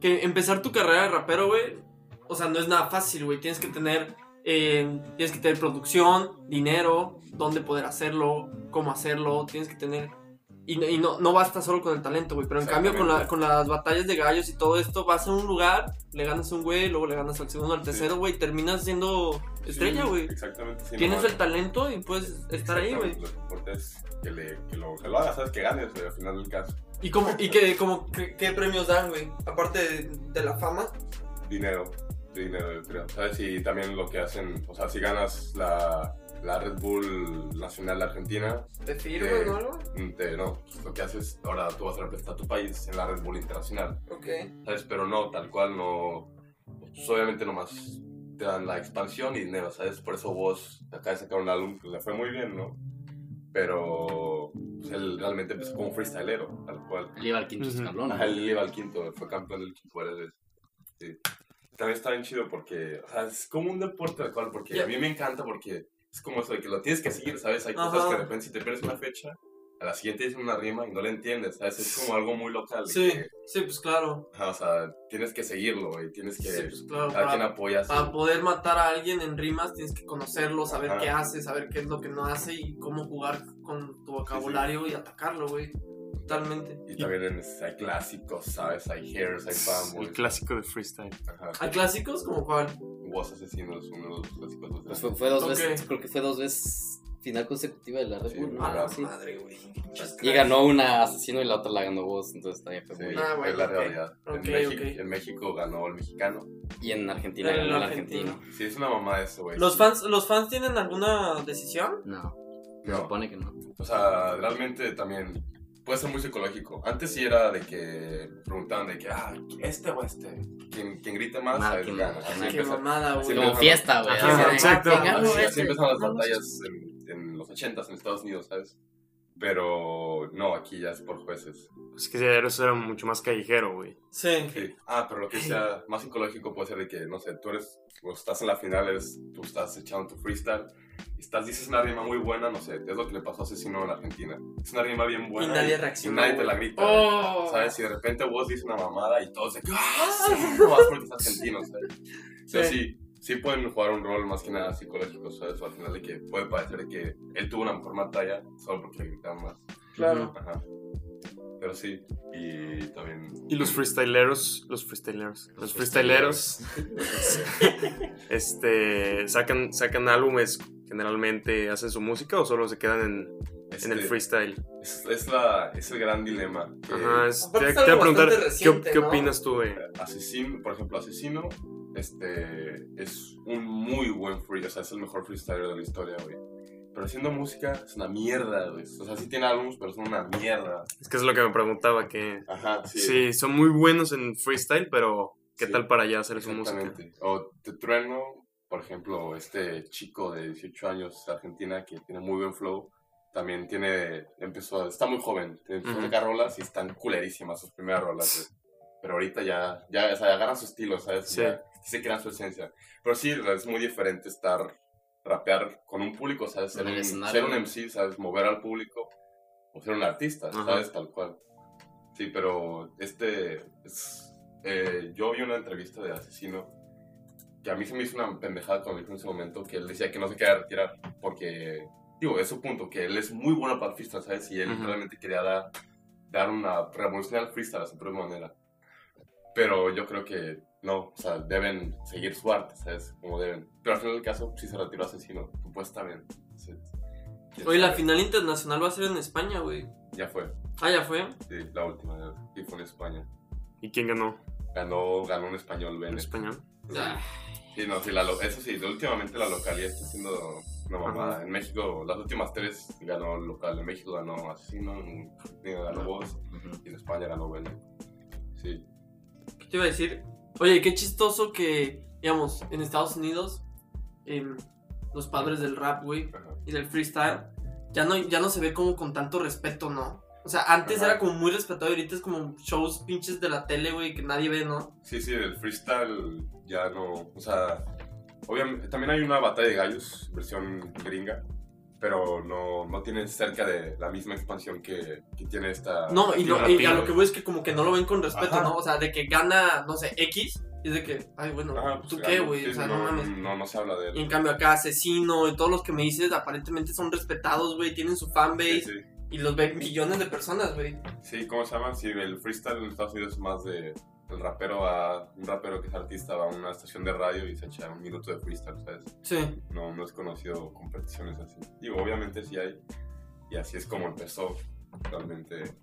A: que empezar tu carrera de rapero, güey. O sea, no es nada fácil, güey. Tienes que tener, eh, tienes que tener producción, dinero, dónde poder hacerlo, cómo hacerlo. Tienes que tener y, no- y no, no basta solo con el talento, güey. Pero en cambio, con, la- con las batallas de gallos y todo esto, vas a un lugar, le ganas a un güey, luego le ganas al segundo, al tercero, güey. y Terminas siendo estrella,
C: Sí,
A: güey.
C: Exactamente, sí.
A: Tienes
C: nomás-
A: el talento y puedes estar ahí, güey.
C: Exactamente, Lo que importa es que, le, que, lo, que lo hagas, ¿sabes? Que ganes, güey, al final del caso.
A: ¿Y, cómo, y qué, cómo, qué, qué premios dan, güey? Aparte de, de la fama.
C: dinero, dinero, yo creo. ¿Sabes? Y también lo que hacen, o sea, si ganas la, la Red Bull Nacional de Argentina,
A: ¿Te
C: firman o
A: algo?
C: mm, te- no, pues, lo que haces, ahora tú vas a representar tu país en la Red Bull Internacional,
A: Ok.
C: ¿sabes? Pero no, tal cual, no, pues, obviamente nomás te dan la expansión y dinero, ¿sabes? Por eso vos acabas de sacar un álbum que le fue muy bien, ¿no? Pero pues, él realmente empezó como un freestylero, tal cual.
D: Él iba al quinto
B: Ujú.
D: escalón.
C: Ajá, él iba al quinto, fue campeón del quinto varias veces. Sí. También está bien chido porque, o sea, es como un deporte al cual, porque
A: Ya.
C: a mí me encanta porque es como eso de que lo tienes que seguir, ¿sabes? Hay cosas
A: Ajá.
C: que de repente si te pierdes una fecha, a la siguiente dicen una rima y no la entiendes, ¿sabes? Es como algo muy local. de
A: Sí,
C: que,
A: sí, pues claro.
C: ajá, o sea, tienes que seguirlo, güey, tienes que...
A: Sí, Ah. pues claro.
C: a quien
A: Para,
C: apoyas.
A: para poder matar a alguien en rimas tienes que conocerlo, saber
C: Ajá.
A: qué hace, saber qué es lo que no hace y cómo jugar con tu vocabulario y atacarlo, güey. Totalmente.
C: Y también en- hay clásicos, ¿sabes? Hay hairs, hay fanboys.
B: El clásico de freestyle.
C: Ajá.
A: ¿Hay clásicos como cuál?
C: Vos asesinos, uno de los clásicos. más grandes.
D: Pues fue, fue dos
A: Ok.
D: veces, creo que fue dos veces final consecutiva de la Red
C: Sí,
D: Bull, ¿no?
A: A la
D: Algo así.
A: madre, güey.
D: Y ganó una asesino y la otra la ganó vos, entonces también fue
C: Sí,
D: muy.
A: Ah,
C: es
A: bueno,
C: la
A: ok.
C: realidad.
A: Ok,
C: en,
A: ok.
C: México, en México ganó el mexicano.
D: Y en Argentina
A: Pero
D: ganó
A: el
D: el argentino.
C: Sí, es una mamá eso, güey.
A: ¿Los fans, ¿Los fans tienen alguna decisión?
D: No, se
C: No.
D: supone que no.
C: O sea, realmente también puede ser muy psicológico. Antes sí era de que preguntaban de que, ah, este o este. Quien, quien grite más,
D: Mal,
C: ¿sabes?
D: quien-
C: gana.
D: quien
C: Así
D: gane.
A: Qué
C: empezó-
A: mamada,
C: Sí,
A: güey.
D: Como
C: no.
D: fiesta, güey.
B: Ajá,
D: así de,
B: exacto.
D: "Ah, ¿quién ganó
C: así, así
D: este?
C: empezaron las
D: Ganó
C: batallas en, en los 80s en Estados Unidos, ¿sabes? Pero no, aquí ya es por jueces.
B: Es que ya eso era mucho más callejero, güey.
A: Sí.
C: Sí. Ah, pero lo que sea más psicológico puede ser de que, no sé, tú eres, o estás en la final, eres, tú estás echando tu freestyle, y estás, dices una rima muy buena, no sé, es lo que le pasó a Asesino en Argentina. Es una rima bien buena.
A: Y nadie reaccionó,
C: nadie te
A: güey.
C: la grita.
A: Oh.
C: ¿Sabes? Y de repente vos dices una mamada y todos de que, ¡ah! sí, No vas porque es argentino, ¿sabes? Pero sí, sí pueden jugar un rol más que nada psicológico, ¿sabes? O al final de que puede parecer de que él tuvo una mejor batalla solo porque le gritaron más.
A: Claro.
C: Ajá. Pero sí, y también.
B: Y los freestyleros, los freestyleros, los freestyleros, este, sacan, sacan álbumes generalmente, hacen su música o solo se quedan en, en el
C: Este,
B: freestyle.
C: Es, es la, es el gran dilema. que
B: Ajá, es- te,
A: Aparte es
B: te voy a
A: algo
B: preguntar,
A: bastante
B: ¿qué,
A: reciente,
B: qué
A: ¿no?
B: opinas tú de...?
C: Asesino, por ejemplo, Asesino este, es un muy buen free, o sea, es el mejor freestyler de la historia, güey. Pero haciendo música es una mierda, güey. O sea, sí tiene álbumes, pero son una mierda.
B: Es que es lo que me preguntaba, que
C: Ajá,
B: sí, son muy buenos en freestyle, pero ¿qué
C: Sí,
B: tal para ya hacer su música?
C: Exactamente. O Te Trueno, por ejemplo, este chico de 18 años de Argentina que tiene muy buen flow, también tiene, empezó, a- está muy joven, te- empezó
B: Ujú.
C: a sacar rolas y están culerísimas sus primeras rolas, güey. Pero ahorita ya, ya, o sea, agarran su estilo, ¿sabes?
B: Sí.
C: Ya, se crean su esencia. Pero sí, es muy diferente estar, rapear con un público, ¿sabes? Ser
D: En el
C: un,
D: escenario.
C: ser un MC, ¿sabes? Mover al público o ser un artista,
B: Ajá.
C: ¿sabes? Tal cual. Sí, pero este es- eh, yo vi una entrevista de Asesino que a mí se me hizo una pendejada cuando dijo en ese momento que él decía que no se quería retirar porque, digo, es su punto, que él es muy bueno para el freestyle, ¿sabes? Y él
B: Ujú.
C: realmente quería dar, dar una revolución al freestyle a su propia manera. Pero yo creo que no, o sea, deben seguir su arte, ¿sabes? Como deben. Pero al final del caso, sí se retiró Asesino, supuestamente. Sí. ¿Quién
A: Oye, la
C: sabe?
A: final internacional va a ser en España, güey.
C: Ya fue.
A: Ah, ya fue.
C: Sí, la última y fue en España.
B: ¿Y quién ganó?
C: Ganó, ganó un español
B: ¿En
C: Vélez.
B: español?
A: Ah,
C: Sí, no, sí, la lo- eso sí, últimamente la localidad está haciendo una mamada.
B: Ajá.
C: En México, las últimas tres ganó local. En México ganó Asesino, en Argentina ganó Voz y en España ganó Vélez. Sí.
A: ¿Qué te iba a decir? Oye, qué chistoso que, digamos, en Estados Unidos, em, los padres del rap, güey,
C: Ajá.
A: y del freestyle, ya no, ya no se ve como con tanto respeto, ¿no? O sea, antes
C: Ajá.
A: era como muy respetado y ahorita es como shows pinches de la tele, güey, que nadie ve, ¿no?
C: Sí, sí, el freestyle ya no. O sea, obviamente, también hay una batalla de gallos, versión gringa, pero no, no tiene cerca de la misma expansión que, que tiene esta.
A: No, y,
B: lo-
A: lo- y a lo que voy es que como que no lo ven con respeto,
C: Ajá.
A: ¿no? O sea, de que gana, no sé, X, y es de que, ay, bueno,
C: Ajá, pues,
A: ¿tú
C: ganó.
A: qué, güey?
C: Sí,
A: o sea, no
C: no,
A: mames.
C: no, no se habla de él.
A: Y en cambio acá Asesino y todos los que me dices aparentemente son respetados, güey, tienen su fanbase
C: Sí, sí.
A: y los ven millones de personas, güey.
C: Sí, ¿cómo se llama? Sí, el freestyle en Estados Unidos es más de el rapero a un rapero que es artista va a una estación de radio y se echa un minuto de freestyle, ¿sabes?
A: Sí.
C: No, no es conocido competiciones así. Digo, obviamente sí hay y así es como empezó realmente.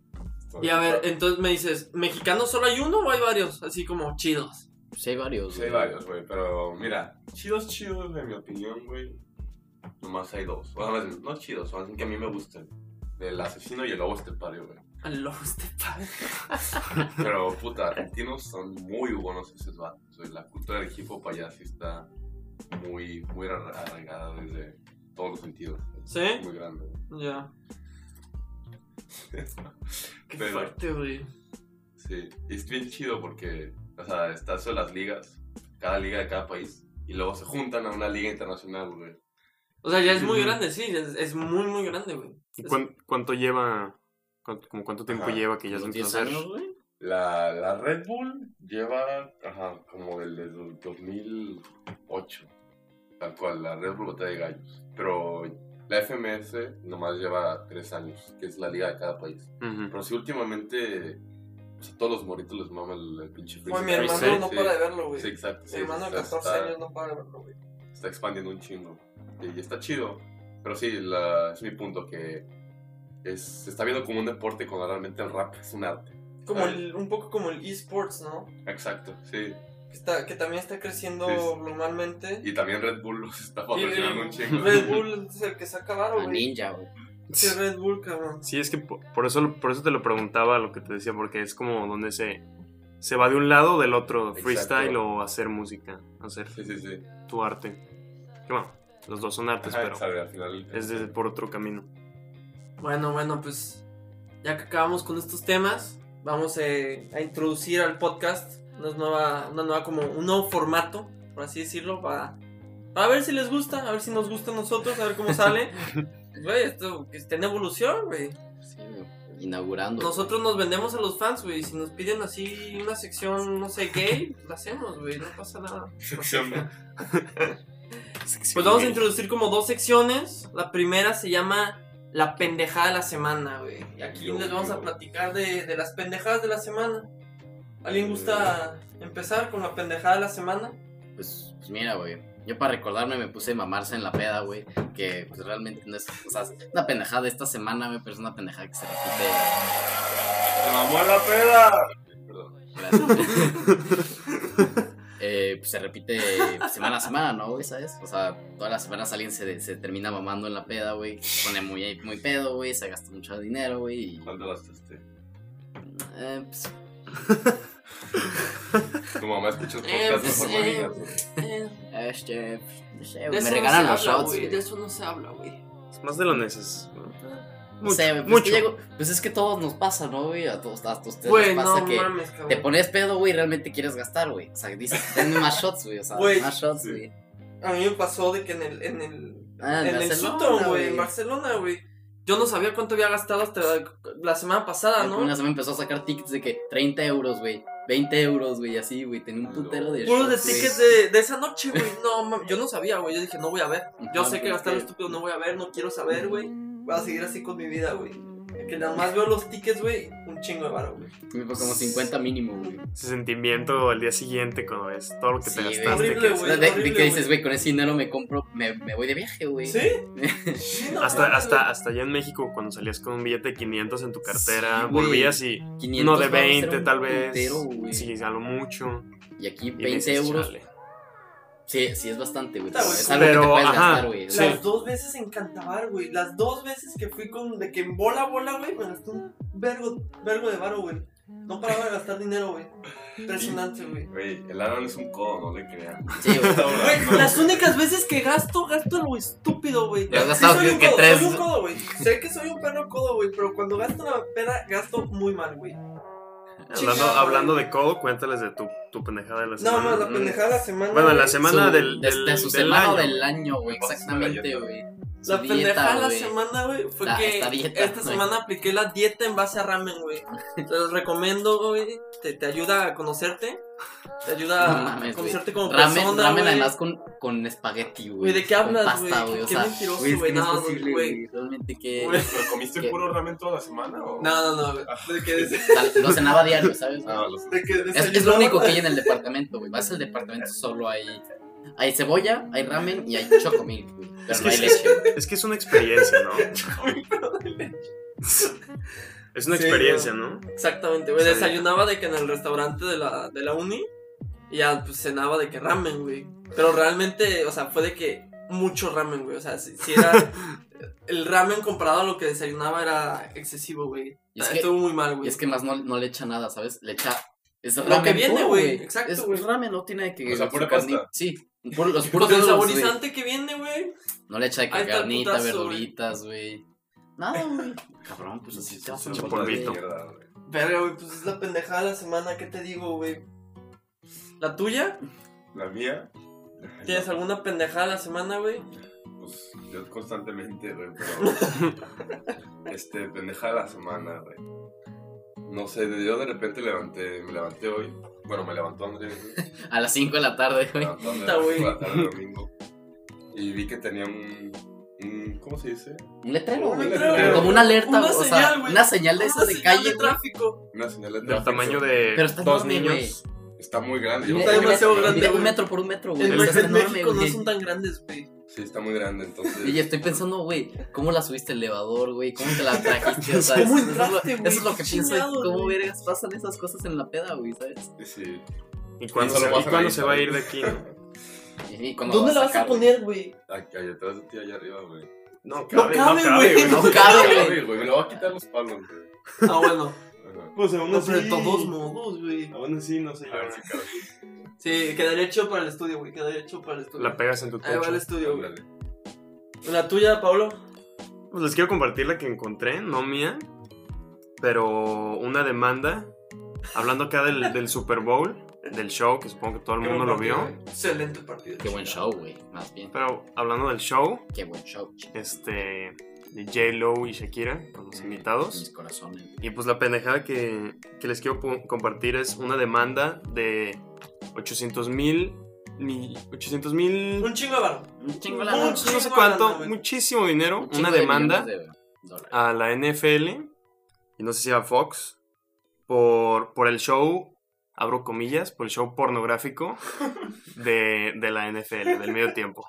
C: todo
A: Y a ver,
C: esto.
A: entonces me dices, ¿mexicano solo hay uno o hay varios? Así como chidos.
D: Pues hay
A: eh,
D: varios,
C: Sí hay
D: güey.
C: varios, güey, pero mira, chidos, chidos, en mi opinión, güey, nomás hay dos. O sea, más bien, no chidos, más bien que a mí me gustan. El asesino y el lobo estepario, güey.
A: Al lobo estepario.
C: Pero puta, argentinos son muy buenos esos vatos. güey. La cultura del hip hop allá sí está muy, muy arra- arraigada desde todos los sentidos.
A: ¿Sí?
C: Es Muy grande. güey.
A: Ya. Qué
C: Pero-
A: fuerte, güey.
C: Sí. Y es bien chido porque, o sea, está eso de las ligas, cada liga de cada país, y luego se juntan a una liga internacional, güey.
A: O sea, ya es muy
B: Ujú.
A: grande, sí, es, es muy, muy grande, güey.
B: ¿Y
A: Es-
B: cuán- cuánto lleva, cuánto, como cuánto tiempo
C: Ajá,
B: lleva que ya se
D: Unos
B: empezó
D: 10
B: a hacer?
D: años, güey.
C: La, la Red Bull lleva, ajá, como desde el 2008, tal cual, la Red Bull Batalla de Gallos. Pero la FMS nomás lleva tres años, que es la liga de cada país.
B: Ujú.
C: Pero sí, últimamente, o sea, todos los moritos les mama el, el pinche
A: Oye, mi
C: freestyle.
A: hermano
B: Sí,
A: no
C: sí.
A: para de verlo, güey.
C: Sí, exacto. sí,
A: mi hermano de
C: está-
A: 14
C: está-
A: años no para de verlo, güey.
C: está expandiendo un chingo. Y y está chido. Pero sí, la- es mi punto, que es, se está viendo como un deporte cuando realmente el rap es un arte.
A: Como
C: Ah.
A: el- un poco como el esports, ¿no?
C: Exacto, sí.
A: Que, está, que también está creciendo
C: Sí, sí.
A: globalmente.
C: Y también Red Bull los está patrocinando un chingo.
A: Red Bull es el que saca varo,
D: A
A: Ah, güey.
D: Ninja, güey.
A: Sí, Red Bull, cabrón.
B: Sí, es que po- por eso, por eso te lo preguntaba lo que te decía, porque es como donde se, se va de un lado o del otro,
C: Exacto.
B: freestyle o hacer música, hacer
C: Sí, sí, sí.
B: tu arte. Que bueno, los dos son artes,
C: Ajá,
B: pero
C: sabe, al final.
B: es de- por otro camino.
A: Bueno, bueno, pues ya que acabamos con estos temas, vamos eh, a introducir al podcast una nueva, una nueva como un nuevo formato, por así decirlo, para, para ver si les gusta, a ver si nos gusta a nosotros, a ver cómo sale. Güey, esto que está en evolución, güey.
D: Sí, güey. Inaugurando.
A: Nosotros nos vendemos a los fans, güey. Si nos piden así una sección, no sé, gay, la hacemos, güey. No pasa nada. Pues vamos a introducir como dos secciones. La primera se llama La pendejada de la semana, güey. Y aquí
C: Yo,
A: les vamos
C: yo.
A: a platicar de, de las pendejadas de la semana.
E: Mm.
A: ¿Alguien gusta empezar con la pendejada de la semana?
D: Pues, pues mira, güey. Yo para recordarme me puse mamarse en la peda, güey. Que pues realmente no es. O sea, es una pendejada esta semana, güey, pero es una pendejada que se repite.
C: ¡Se mamó la peda! Perdón.
D: Gracias. Eh, pues, se repite semana a semana, ¿no, güey? ¿Sabes? O sea, todas las semanas alguien se, se termina mamando en la peda, güey. Se pone muy, muy pedo, güey. Se gasta mucho dinero, güey. y,
C: ¿Cuánto gastaste?
D: eh, pues,
C: Tu mamá escucha el
E: Eh,
C: podcast de
E: pues,
C: forma
E: eh.
C: amiga, güey.
E: Eh,
D: este, pues, no sé,
E: de
D: güey,
E: eso
D: me
E: no
D: regalan
E: se
D: los
E: habla,
D: shots,
E: güey,
D: güey.
E: De eso no se habla, güey.
B: Es más de lo necesario.
D: No sé, güey, pues, es que llego- pues es que todos nos pasa, ¿no, güey? A todos, a todos ustedes
A: Güey,
D: les pasa
A: no
D: que
A: mames,
D: te
A: cabrón.
D: pones pedo, güey, y realmente quieres gastar, güey. O sea, dices, denme más shots, güey. O sea,
A: Güey.
D: más shots,
B: Sí.
D: güey.
A: A mí me pasó de que en el. En el,
D: Ah,
A: en
D: en
A: el
D: Barcelona,
A: Sutton, güey,
D: güey.
A: en Barcelona, güey. Yo no sabía cuánto había gastado hasta la, la semana pasada, ¿no?
D: Una vez me empezó a sacar tickets de que 30 euros, güey. 20 euros, güey, así, güey. Tenía
B: Ah,
D: un putero de
A: Puros de
D: shots, güey.
A: tickets de, de esa noche, güey. No, mam- yo no sabía, güey. Yo dije, no voy a ver. Yo
D: Ajá,
A: sé que
D: güey,
A: gastar lo
D: que-
A: estúpido no voy a ver, no quiero saber, güey. Voy a seguir así con mi vida, güey. Que nada más veo los tickets, güey, un chingo de varo, güey.
D: Me fue como 50 mínimo, güey.
B: Ese sentimiento al día siguiente cuando ves todo lo que
D: Sí,
B: te
D: güey.
B: gastaste.
A: Horrible,
B: que-
D: O
A: güey.
D: sea, de, de
A: horrible,
D: que dices,
A: güey.
D: güey, con ese dinero me compro, me, me voy de viaje, güey.
A: ¿Sí? Sí, no
B: Hasta,
A: mames,
B: hasta,
A: güey.
B: hasta allá en México, cuando salías con un billete de 500 en tu cartera,
D: Sí, güey.
B: volvías y
D: 500
B: uno de
D: varos era
B: 20
D: un
B: tal vez.
D: putero, güey.
B: sí, a lo mucho.
D: Y aquí
B: Y
D: 20
B: dices,
D: euros.
B: "Chale".
D: Sí, sí, es bastante, güey.
A: Puta, güey,
D: Es algo que
B: pero,
D: te puedes
B: ajá,
D: gastar, güey.
B: sí.
A: Las dos veces en Cantabar, güey. Las dos veces que fui con. De que en bola a bola, güey, me gasté un vergo, vergo de varo, güey. No paraba de gastar dinero, güey. Impresionante, güey.
C: Güey, el Aaron es un codo, no le crean.
D: Sí, güey.
C: Está
A: Güey,
C: hablando.
A: las únicas veces que gasto, gasto en lo estúpido, güey.
D: Ya has
A: Sí
D: gastado
A: soy un
D: que
A: codo,
D: tres.
A: Soy un codo, güey. Sé que soy un perro codo, güey, pero cuando gasto una peda, gasto muy mal, güey.
B: Hablando,
A: Chingado,
B: hablando
A: güey.
B: de codo, cuéntales de tu, tu pendejada de la
A: No,
B: semana.
A: no, la pendejada de la semana.
B: Bueno, la
A: güey.
B: semana
D: Su-
B: del,
D: de-
B: del,
D: de su
B: del
D: semana o
B: año.
D: del año, güey.
C: Vas a hacer una
D: Exactamente,
C: galleta.
D: güey. Su
A: La pendejada de la
D: güey.
A: semana, güey, fue
D: La-
A: que
D: esta dieta,
A: esta
D: güey.
A: semana apliqué la dieta en base a ramen, güey. Te los recomiendo, güey. Te, te ayuda a conocerte. Te ayuda
D: No
A: a
D: mames,
A: conocerte como
D: ramen,
A: persona.
D: ramen
A: güey.
D: además con, con espagueti, güey.
A: Güey, ¿de qué
D: Con
A: hablas,
D: pasta,
A: güey?
D: güey. O
A: Qué
D: sea,
A: mentiroso,
D: güey, es que
A: güey.
D: no,
A: No,
D: es posible,
A: güey.
D: güey. Realmente que...
A: Güey.
C: ¿Pero comiste
D: ¿Qué?
C: puro ramen toda la semana o...?
A: No, no, no, güey. De que, des-
D: Tal- Lo cenaba diario, ¿sabes?
C: Ah, los...
A: de que
D: es, es lo único que hay en el departamento, güey. Vas al departamento, solo hay... Hay cebolla, hay ramen y hay chocomilk, güey. Pero
B: Es
D: no
B: que
D: hay
B: sí.
D: leche, güey.
B: Es que es una experiencia, ¿no? es una
A: Sí,
B: experiencia, ¿no?
A: Exactamente, güey.
B: Sí.
A: Desayunaba de que en el restaurante de la, de la uni y ya pues cenaba de que ramen, güey. Pero realmente, o sea, fue de que mucho ramen, güey. O sea, si, si era. el ramen comparado a lo que desayunaba era excesivo, güey.
D: Y es que-
A: Ah, Estuvo muy mal, güey.
D: Y es que más no, no le echa nada, ¿sabes? Le echa... Es
A: que
D: ramen
A: viene,
D: puro,
A: güey. Exacto,
D: Es
A: güey.
D: ramen, no tiene que...
C: O sea, pura
D: carni-
C: pasta.
D: Sí. puro- los puros
A: Porque el
D: dedos, güey.
A: saborizante que viene, güey.
D: No le echa de que
A: Ahí está el
D: carnita,
A: putazo,
D: verduritas, güey. Nada, güey. Cabrón, pues así te vas a
C: Son
D: chupar,
C: botas de
B: polvito.
C: mierda, güey.
A: Pero, güey, pues es la pendejada de la semana, ¿qué te digo, güey? ¿La tuya?
C: La mía...
A: ¿Tienes alguna pendejada de la semana, güey?
C: Pues yo constantemente, güey, pero- este, pendeja la semana, güey. No sé, yo de repente levanté, me levanté hoy. Bueno, me levantó Andrés, güey.
D: A las 5 de la tarde,
C: Me
D: güey.
C: levantó Andrés
A: Puta, güey.
C: por la tarde del domingo. Y vi que tenía un, un- ¿cómo se dice?
D: Un letrero,
A: Un
D: güey.
C: letrero.
D: Pero Como una alerta,
A: Una
D: güey, o
A: señal,
D: sea,
A: güey.
D: una señal de
A: Una
D: esas de
A: señal
D: calle, güey.
A: tráfico.
C: Una señal de
B: Del
C: tráfico.
B: tamaño de
D: Pero está
B: dos
D: enorme,
B: niños.
C: Está muy grande. yo-
D: Un
A: Está demasiado
D: metro-
A: grande,
D: un
A: güey.
D: metro por un metro, güey.
A: En,
D: O sea, Está
A: en
D: enorme,
A: México no
D: güey.
A: son tan grandes, güey.
C: Sí, está muy grande, entonces...
D: Y yo estoy pensando, güey, ¿cómo la subiste el elevador, güey? ¿Cómo te la trajiste? O sea,
A: ¿Cómo
D: eso es lo-
A: entraste,
D: Eso
A: güey?
D: es lo que pienso de
A: Chingado,
D: cómo
A: güey.
D: vergas pasan esas cosas en la peda, güey, ¿sabes?
C: Sí.
B: ¿Y cuándo,
C: Eso
B: se,
C: lo
B: y
C: vas a
B: cuándo
C: ver,
B: se va a
C: ¿sabes?
B: ir de aquí?
D: Y- y cuando
A: ¿Dónde la vas
D: sacar,
A: a poner, güey?
C: Aquí, allá atrás de ti, allá arriba, güey.
B: No,
A: cabe, cabe, güey.
D: güey? No
B: no
D: cabe, güey.
C: Ay, güey, me lo voy a quitar los palos, güey.
A: Ah, bueno.
C: Ajá.
B: Pues aún
A: No, pero de todos modos, güey.
B: Aún así, no sé
C: A ver si cabe.
A: Sí, quedaría hecho para el estudio, güey. Quedaría hecho para el estudio.
B: La pegas en tu
D: Ah,
A: Ahí va
B: techo.
A: el estudio, güey.
C: Ándale.
A: La tuya, Pablo.
B: Pues les quiero compartir la que encontré, no mía, pero una demanda. Hablando acá del, del Super Bowl, del show, que supongo que todo el
C: Qué
B: mundo
C: buen
B: lo vio.
C: partido,
A: Excelente partido.
D: Qué buen show, güey. Más bien,
B: Pero hablando del show,
D: qué buen show, chicos.
B: este, de J-Lo y Shakira, con los
D: Mis
B: invitados.
D: corazones, güey.
B: Y pues la pendejada que, que les quiero po- compartir es una demanda de 800 mil... 800 mil...
A: Un chingo de varo.
D: Un chingo la
B: No
A: un
D: noche.
A: chingo
B: sé
A: de lana,
B: cuánto,
A: güey.
B: muchísimo dinero,
D: Un chingo
B: una
D: de
B: demanda.
D: millones de dólares.
B: a la NFL y no sé si a Fox por, por el show, abro comillas, por el show pornográfico de, de la NFL, del medio tiempo.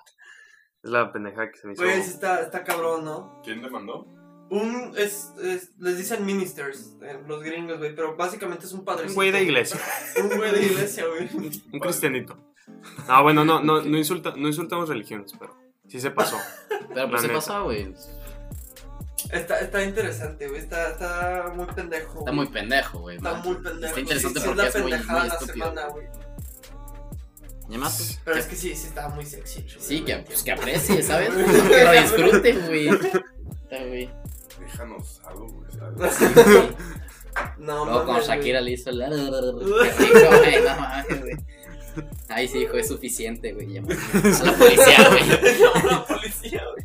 B: Es la pendeja que se me hizo.
A: Güey, sí está, está cabrón, ¿no?
C: ¿Quién te mandó?
A: Un, es, es- les dicen ministers, eh, los gringos, güey, pero básicamente es un padrecito.
B: Un güey de iglesia.
A: Un güey de iglesia, güey.
B: Un cristianito. Ah, bueno, no, no, no, insulta, no insultamos religiones, pero sí se pasó.
D: Pero
B: La
D: pues se
B: neta.
D: pasó, güey.
A: Está, está interesante, güey, está, está muy pendejo.
D: Está
A: güey.
D: muy pendejo, güey.
A: Está
D: manches.
A: muy pendejo.
D: Está interesante
A: sí, sí
D: porque es
A: la
D: muy,
A: pendejada de
D: muy
A: la
D: estúpido.
A: semana, güey.
D: Y además, pues,
A: Pero
D: que-
A: es que sí, sí estaba muy sexy. güey.
D: sí, que, pues, que aprecie, ¿sabes? que lo disfrute, güey. Está, güey.
C: Déjanos algo, güey. ¿sabes?
A: no,
D: Luego con
A: mames,
D: Shakira le hizo el... Qué rico, güey, no mames, güey. Ahí sí, hijo, es suficiente, güey. Llamó a la policía, güey.
A: güey. No, la policía, güey.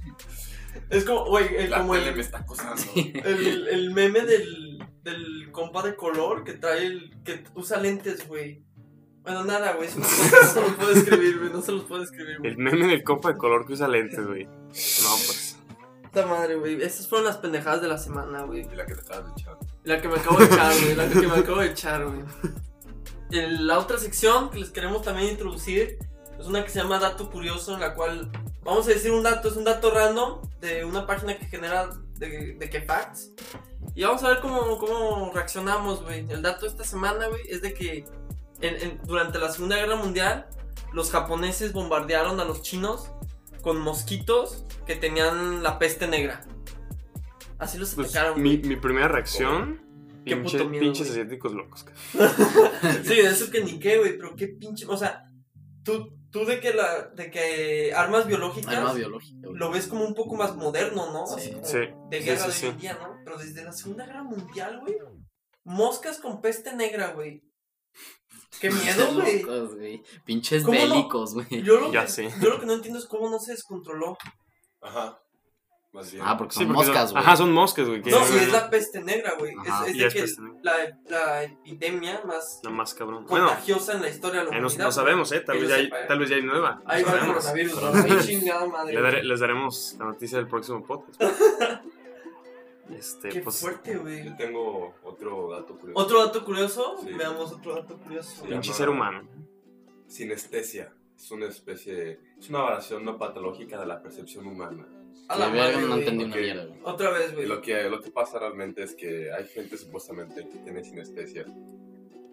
A: Es como, güey, el-
C: La
A: como
C: tele me
A: el,
C: está acosando.
A: el, el meme del, del compa de color que trae el. que usa lentes, güey. Bueno, nada, güey. eso No, no se los puedo escribir, güey. No se los puedo escribir, güey.
B: El meme del copa de color que usa lentes, güey. No, pues.
A: Puta madre, güey. Esas fueron las pendejadas de la semana, güey.
C: Y la que te estabas echando.
A: La que me acabo de echar, güey. La que me acabo de echar, güey. En La otra sección que les queremos también introducir es una que se llama Dato Curioso, en la cual vamos a decir un dato, es un dato random de una página que genera de, de que facts. Y vamos a ver cómo, cómo reaccionamos, güey. El dato de esta semana, güey, es de que en- en- durante la Segunda Guerra Mundial los japoneses bombardearon a los chinos con mosquitos que tenían la peste negra. Así los
B: Pues,
A: atacaron.
B: mi,
A: güey.
B: mi primera reacción,
A: Qué
B: pinche-
A: puto miedo,
B: pinches
A: güey.
B: asiáticos locos. cara.
A: Sí, de eso que ni qué, güey, pero qué pinche, o sea, tú, tú de que la, de que armas biológicas
D: Arma biológica, güey.
A: lo ves como un poco más moderno, ¿no?
D: Sí.
A: Así como
B: Sí,
A: de
B: sí,
A: guerra
B: sí,
A: de
B: sí.
A: hoy en día, ¿no? Pero desde la Segunda Guerra Mundial, güey, moscas con peste negra, güey. Qué miedo,
D: Pinches
A: güey.
D: locos, güey. Pinches
A: ¿Cómo no?
D: bélicos, güey.
A: Yo lo,
B: Ya
A: que,
B: sé.
A: yo lo que no entiendo es cómo no se descontroló.
C: Ajá. Más bien.
D: Ah, porque son
B: Sí, porque
D: moscas,
B: son-
D: güey.
B: Ajá, son moscas, güey. que-
A: No, sí, es la peste negra, güey.
D: Ajá.
A: Es, es
B: Y
A: de
B: es
A: que
B: peste negra.
A: la, la epidemia más
B: La más cabrón. Bueno,
A: contagiosa en la historia de la
B: eh, no,
A: humanidad.
B: no sabemos, ¿eh? Tal
A: Ellos
B: vez, ya hay,
A: sepan.
B: tal vez ya hay nueva.
A: Ahí
B: No
A: va el
B: sabemos.
A: coronavirus, ¿no? Ay, chingada madre.
B: Le daré- les daremos la noticia del próximo podcast. Este,
A: Qué
B: pues.
A: fuerte, güey.
C: Yo tengo otro dato curioso.
A: eh, ¿Otro dato curioso?
C: Sí.
A: Veamos otro dato curioso.
C: Sí.
B: Pinche
C: Llama-
B: ser humano.
C: Sinestesia. Es una especie. Es una variación no patológica de la percepción humana.
A: A
D: La
A: la
D: verga,
A: madre,
D: no
A: güey.
D: entendí una
C: Ok.
D: mierda, güey.
A: Otra vez,
C: Y
A: güey.
C: Lo que, lo que pasa realmente es que hay gente supuestamente que tiene sinestesia.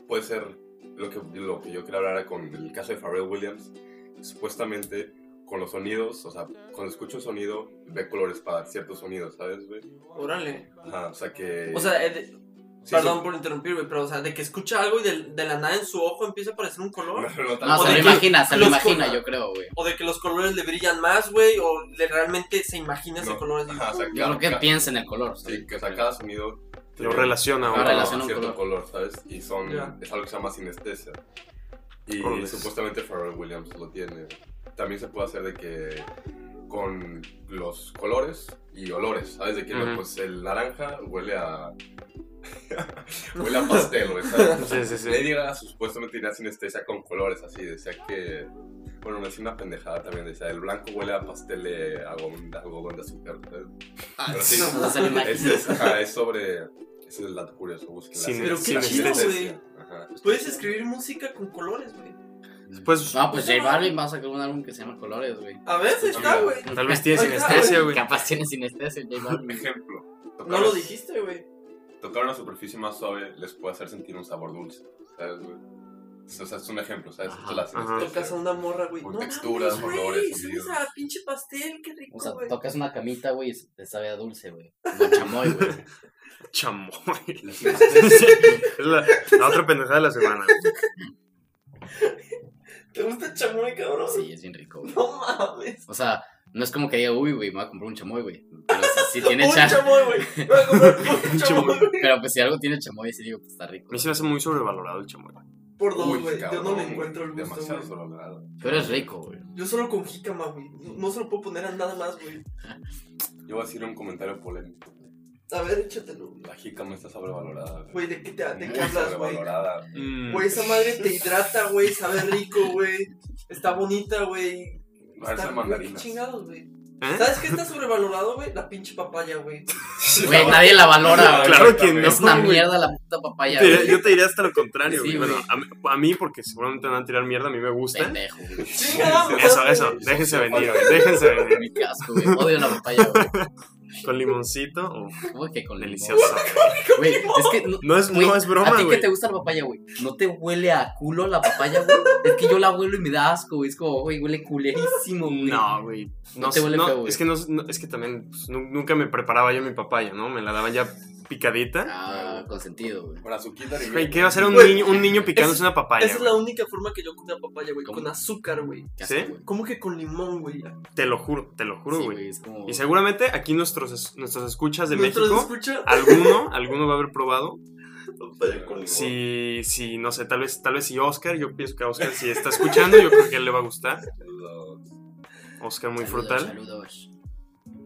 C: Puede ser lo que, lo que yo quería hablar era con el caso de Pharrell Williams. Supuestamente con los sonidos, o sea, cuando escucha un sonido, ve colores para ciertos sonidos, ¿sabes, güey?
A: Órale.
C: Ajá, o sea que...
A: O sea, eh, de-
C: sí,
A: perdón por interrumpir, güey, pero o sea, de que escucha algo y de, de la nada en su ojo empieza a aparecer un
C: su-
A: color.
C: No, no, tan-
D: No,
A: O
D: se
A: de
D: lo
A: que
D: imagina, se lo
A: los
D: imagina,
A: coma.
D: yo creo, güey.
A: O de que los colores le brillan más, güey, o le, realmente se imagina ese
C: No.
A: color. así.
C: Ajá, o sea,
D: Yo creo
C: cada-
D: que
C: cada-
D: piensa en el color.
C: sí, que, o sea, cada sonido...
B: Lo relaciona
D: Lo
B: güey.
D: relaciona. un
C: cierto color. ¿sabes? Y son,
A: Ya.
C: es algo que se llama sinestesia. Y
B: Órale.
C: supuestamente Pharrell Williams lo tiene. También se puede hacer de que con los colores y olores, ¿sabes? De que
B: Ujú.
C: pues el naranja huele a... huele a pastel, güey, ¿sabes?
B: Sí, sí, sí.
C: Lady Gaga supuestamente tenía sinestesia con colores, así, decía que... Bueno, me decía una pendejada también, decía, el blanco huele a pastel de algodón de, algodón de azúcar, ¿sabes? Pero sí,
D: No se lo
C: es,
D: imagina.
C: es- ajá, es sobre. Es el dato curioso. Búsquenla.
B: Sin-
A: Pero qué
C: Sin-
A: chido,
C: anestesia. Ajá.
A: Puedes escribir música con colores, güey.
B: Pues,
D: No, pues J Balvin va a sacar un álbum que se llama Colores, güey.
A: A veces está,
C: Mira.
A: güey.
B: tal vez tiene
A: Oiga,
B: sinestesia, güey.
D: Capaz tiene sinestesia J Balvin.
C: Ejemplo.
A: No
C: Tocar,
A: lo dijiste, güey.
C: tocar una superficie más suave les puede hacer sentir un sabor dulce. ¿Sabes, güey? O sea, es un ejemplo, ¿sabes? Esto es la
B: Ajá, ajá.
C: sinestesia.
A: Tocas a una morra, güey.
C: Por
A: No
C: texturas,
A: mames, güey,
C: olores,
A: sabes
C: sonidos.
A: a pinche pastel, qué rico,
D: O sea,
A: güey.
D: tocas una camita, güey, y te sabe a dulce, güey. Como chamoy, güey.
B: Chamoy.
C: La sinestesia.
B: es la, la otra pendejada de la semana.
A: ¿Te gusta el chamoy, cabrón?
D: Sí, es bien rico, güey.
A: No mames.
D: O sea, no es como que diga, uy, güey, me voy a comprar un chamoy, güey. Pero si, si tiene
A: Un
D: chamoy.
A: chamoy, güey. Voy a comprar un chamoy, güey.
D: Pero pues si algo tiene chamoy, sí digo, pues está
B: A
D: rico.
B: mí se me hace muy sobrevalorado el chamoy.
A: Por dos,
C: Uy,
A: güey. Yo
C: cabrón,
A: no le encuentro el gusto,
C: Demasiado
A: güey.
C: sobrevalorado.
D: Pero es rico, güey.
A: Yo solo con jícama, güey. No no se lo puedo poner a nada más, güey.
C: Yo voy a decir un comentario polémico.
A: A ver, échatelo, güey.
C: La jícama está sobrevalorada.
A: Güey, ¿de qué, te, de
C: Muy
A: qué hablas, güey?
C: sobrevalorada.
B: Mm. Pues,
A: Güey, esa madre te hidrata, güey. Sabe rico, güey. Está bonita, güey.
C: Parece
A: Está güey, qué
C: mandarinas.
A: chingados, güey.
B: ¿Eh?
A: ¿Sabes qué está sobrevalorado, güey? La pinche papaya, güey.
B: Pues,
D: Güey, nadie la valora, güey.
B: Claro que no.
D: Es una
B: güey.
D: mierda la puta papaya,
B: Te diría-
D: güey.
B: yo te diría hasta lo contrario,
D: Sí,
B: güey. Bueno, a, mí- a mí, porque seguramente me van a tirar mierda, a mí me gusta.
D: Pendejo, güey.
A: Chingada,
B: Eso,
A: güey.
B: eso, déjense venir, güey, déjense venir.
D: Qué asco, güey. Odio la papaya, güey.
B: Con limoncito, uf,
D: ¿Cómo que con limón?
B: delicioso.
D: Güey, es que no,
B: No es,
D: Güey,
B: no es
D: ¿A
B: broma,
D: ti que
B: güey.
D: te gusta la papaya, güey? ¿No te huele a culo la papaya, güey? Es que yo la huelo y me da asco, güey. Es como, güey, huele culerísimo, güey.
B: No, güey. No,
D: No te
B: sé,
D: huele
B: no,
D: feo, güey.
B: es que no, no, es que también pues, nu- nunca me preparaba yo mi papaya, ¿no? Me la daban ya picadita.
D: Ah, consentido, güey.
C: Con azuquita y
B: Güey, ¿qué va a hacer un
A: Güey,
B: niño, un niño picándose
A: es-
B: una papaya?
A: Esa es la
B: güey?
A: única forma que yo comía papaya, güey.
D: ¿Cómo?
A: Con azúcar, güey.
D: Qué
B: ¿Sí?
D: asco, güey.
A: ¿Cómo que con limón, güey?
B: Te lo juro, te lo juro,
D: Sí,
B: güey.
D: güey, es como...
B: y seguramente aquí nuestros, es- nuestros escuchas de
A: ¿Nuestros Oh.
B: México, Ah,
A: escucha?
B: alguno, alguno va a haber probado.
A: Papaya con limón.
B: Si, si, no sé, tal vez, tal vez si Oscar, yo pienso que a Oscar si está escuchando, yo creo que a él le va a gustar. Oscar muy
D: Saludos,
B: frutal,
D: Saludos.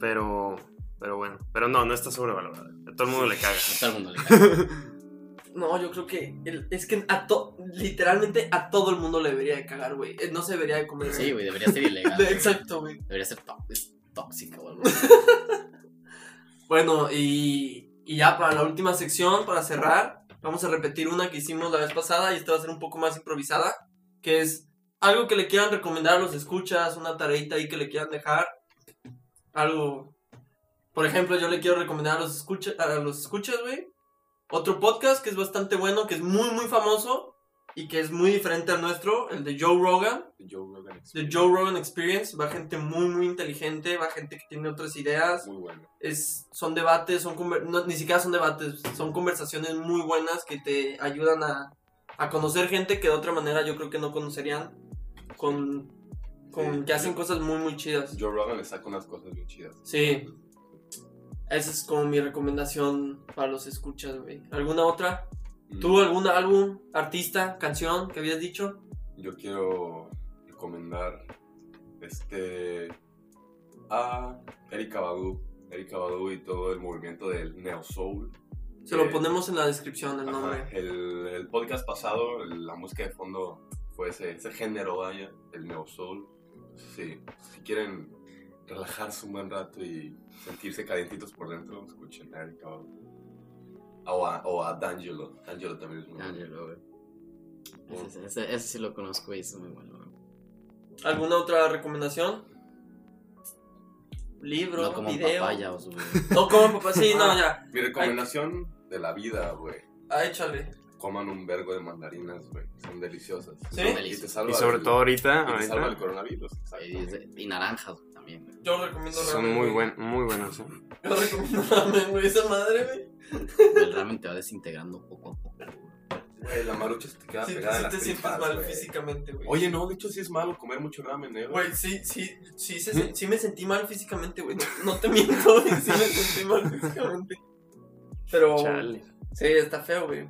B: pero, pero bueno, pero no, no está sobrevalorada. A todo el mundo le caga.
D: A todo el mundo le cae.
A: No, yo creo que el- es que a to- literalmente a todo el mundo le debería de cagar, güey. Eh, No se debería de comer.
D: Sí, güey, debería ser ilegal.
A: De-
D: güey.
A: Exacto, güey.
D: Debería ser tó- es tóxico o algo.
A: Bueno, y, y ya para la última sección, para cerrar, vamos a repetir una que hicimos la vez pasada y esta va a ser un poco más improvisada, que es algo que le quieran recomendar a los escuchas, una tareita ahí que le quieran dejar, algo... Por ejemplo, yo le quiero recomendar a los escuchas, a los escuchas, güey, otro podcast que es bastante bueno, que es muy, muy famoso y que es muy diferente al nuestro, el de Joe Rogan.
C: Joe Rogan Experience.
A: The Joe Rogan Experience va gente muy, muy inteligente, va gente que tiene otras ideas
C: Muy bueno.
A: es, son debates, son conver- no, ni siquiera son debates, son conversaciones muy buenas que te ayudan a, a conocer gente que de otra manera yo creo que no conocerían, con, con
C: Sí.
A: que hacen cosas muy, muy chidas.
C: Joe Rogan le saca unas cosas bien chidas.
A: Sí. Esa es como mi recomendación para los escuchas, güey. ¿Alguna otra?
C: Mm.
A: ¿Tú algún álbum, artista, canción que habías dicho?
C: Yo quiero recomendar este a Erika Badu, Erika Badu y todo el movimiento del Neo Soul.
A: Se lo
C: Eh,
A: ponemos en la descripción el
C: Ajá,
A: nombre.
C: el, el podcast pasado, el- la música de fondo fue ese, ese género, vaya, el neo soul. Sí, si quieren relajarse un buen rato y sentirse calientitos por dentro, escuchen a Eric Cavall. O a, o a D'Angelo. D'Angelo también es muy bueno.
D: Ándale, güey. Ese, ese- ese sí lo conozco y es muy bueno. güey.
A: ¿Alguna otra recomendación? Libro,
D: no como
A: video.
D: papaya o su...
A: No como papá, sí, no, ya.
C: Mi recomendación de la vida, güey.
A: Ah, échale.
C: Coman un vergo de mandarinas, güey. Son deliciosas.
A: ¿Sí?
C: Y te salva
B: Y sobre
C: del-
B: todo ahorita,
C: y te salva el
B: ahorita
C: coronavirus. exacto.
D: Y, es- y naranjas güey, también, güey.
A: Yo recomiendo
B: son
A: ramen,
B: muy,
A: güey.
B: buen, muy buenos. ¿eh?
A: Yo recomiendo ramen, güey. Esa madre, güey.
D: El ramen te va desintegrando poco a poco.
C: Güey, la marucha se te queda
A: Si
C: pegada en
A: te,
C: las
A: te sientes
C: tripas,
A: mal
C: güey.
A: físicamente, güey.
C: Oye, no, de hecho sí es malo comer mucho ramen, eh.
A: Güey, sí, sí, sí,
C: ¿Mm?
A: se- se- sí me sentí mal físicamente, güey. No, no te miento, güey. Sí me sentí mal físicamente. Pero.
B: Chale.
A: Sí, está feo, güey.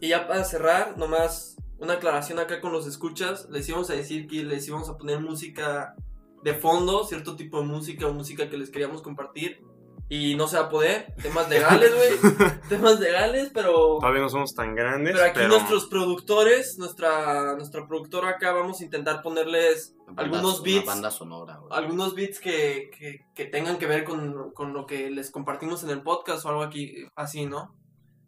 A: Y ya para cerrar, nomás una aclaración acá con los escuchas. Les íbamos a decir que les íbamos a poner música de fondo, cierto tipo de música o música que les queríamos compartir. Y no se va a poder. Temas legales, güey. temas legales, pero.
B: Todavía no somos tan grandes,
A: Pero
B: pero,
A: aquí nuestros productores, nuestra, nuestra productora acá, vamos a intentar ponerles
D: Banda-
A: Algunos
D: una
A: beats.
D: banda sonora, güey.
A: algunos beats que, que, que tengan que ver con, con lo que les compartimos en el podcast o algo aquí así, ¿no?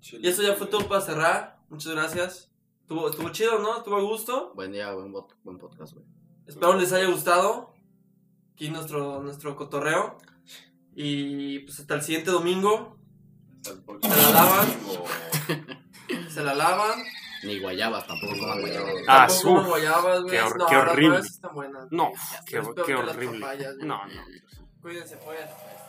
A: Y eso ya fue todo para cerrar. Muchas gracias. Estuvo, estuvo chido, ¿no? Estuvo a gusto.
D: Buen día, buen, bot- buen podcast, güey.
A: Espero les haya gustado. Aquí nuestro, nuestro cotorreo. Y pues hasta el siguiente domingo. Se la lavan. Se la lavan.
D: Ni guayabas tampoco coman guayabas.
B: Ah,
A: Tampoco
B: su-
A: como guayabas, güey.
B: Qué hor-
A: No,
B: qué
A: las
B: horrible.
A: guayabas sí están buenas.
B: No,
A: Pero
B: qué,
A: es peor
B: qué
A: que las
B: horrible.
A: papayas, güey.
B: No, no.
A: Cuídense, pues.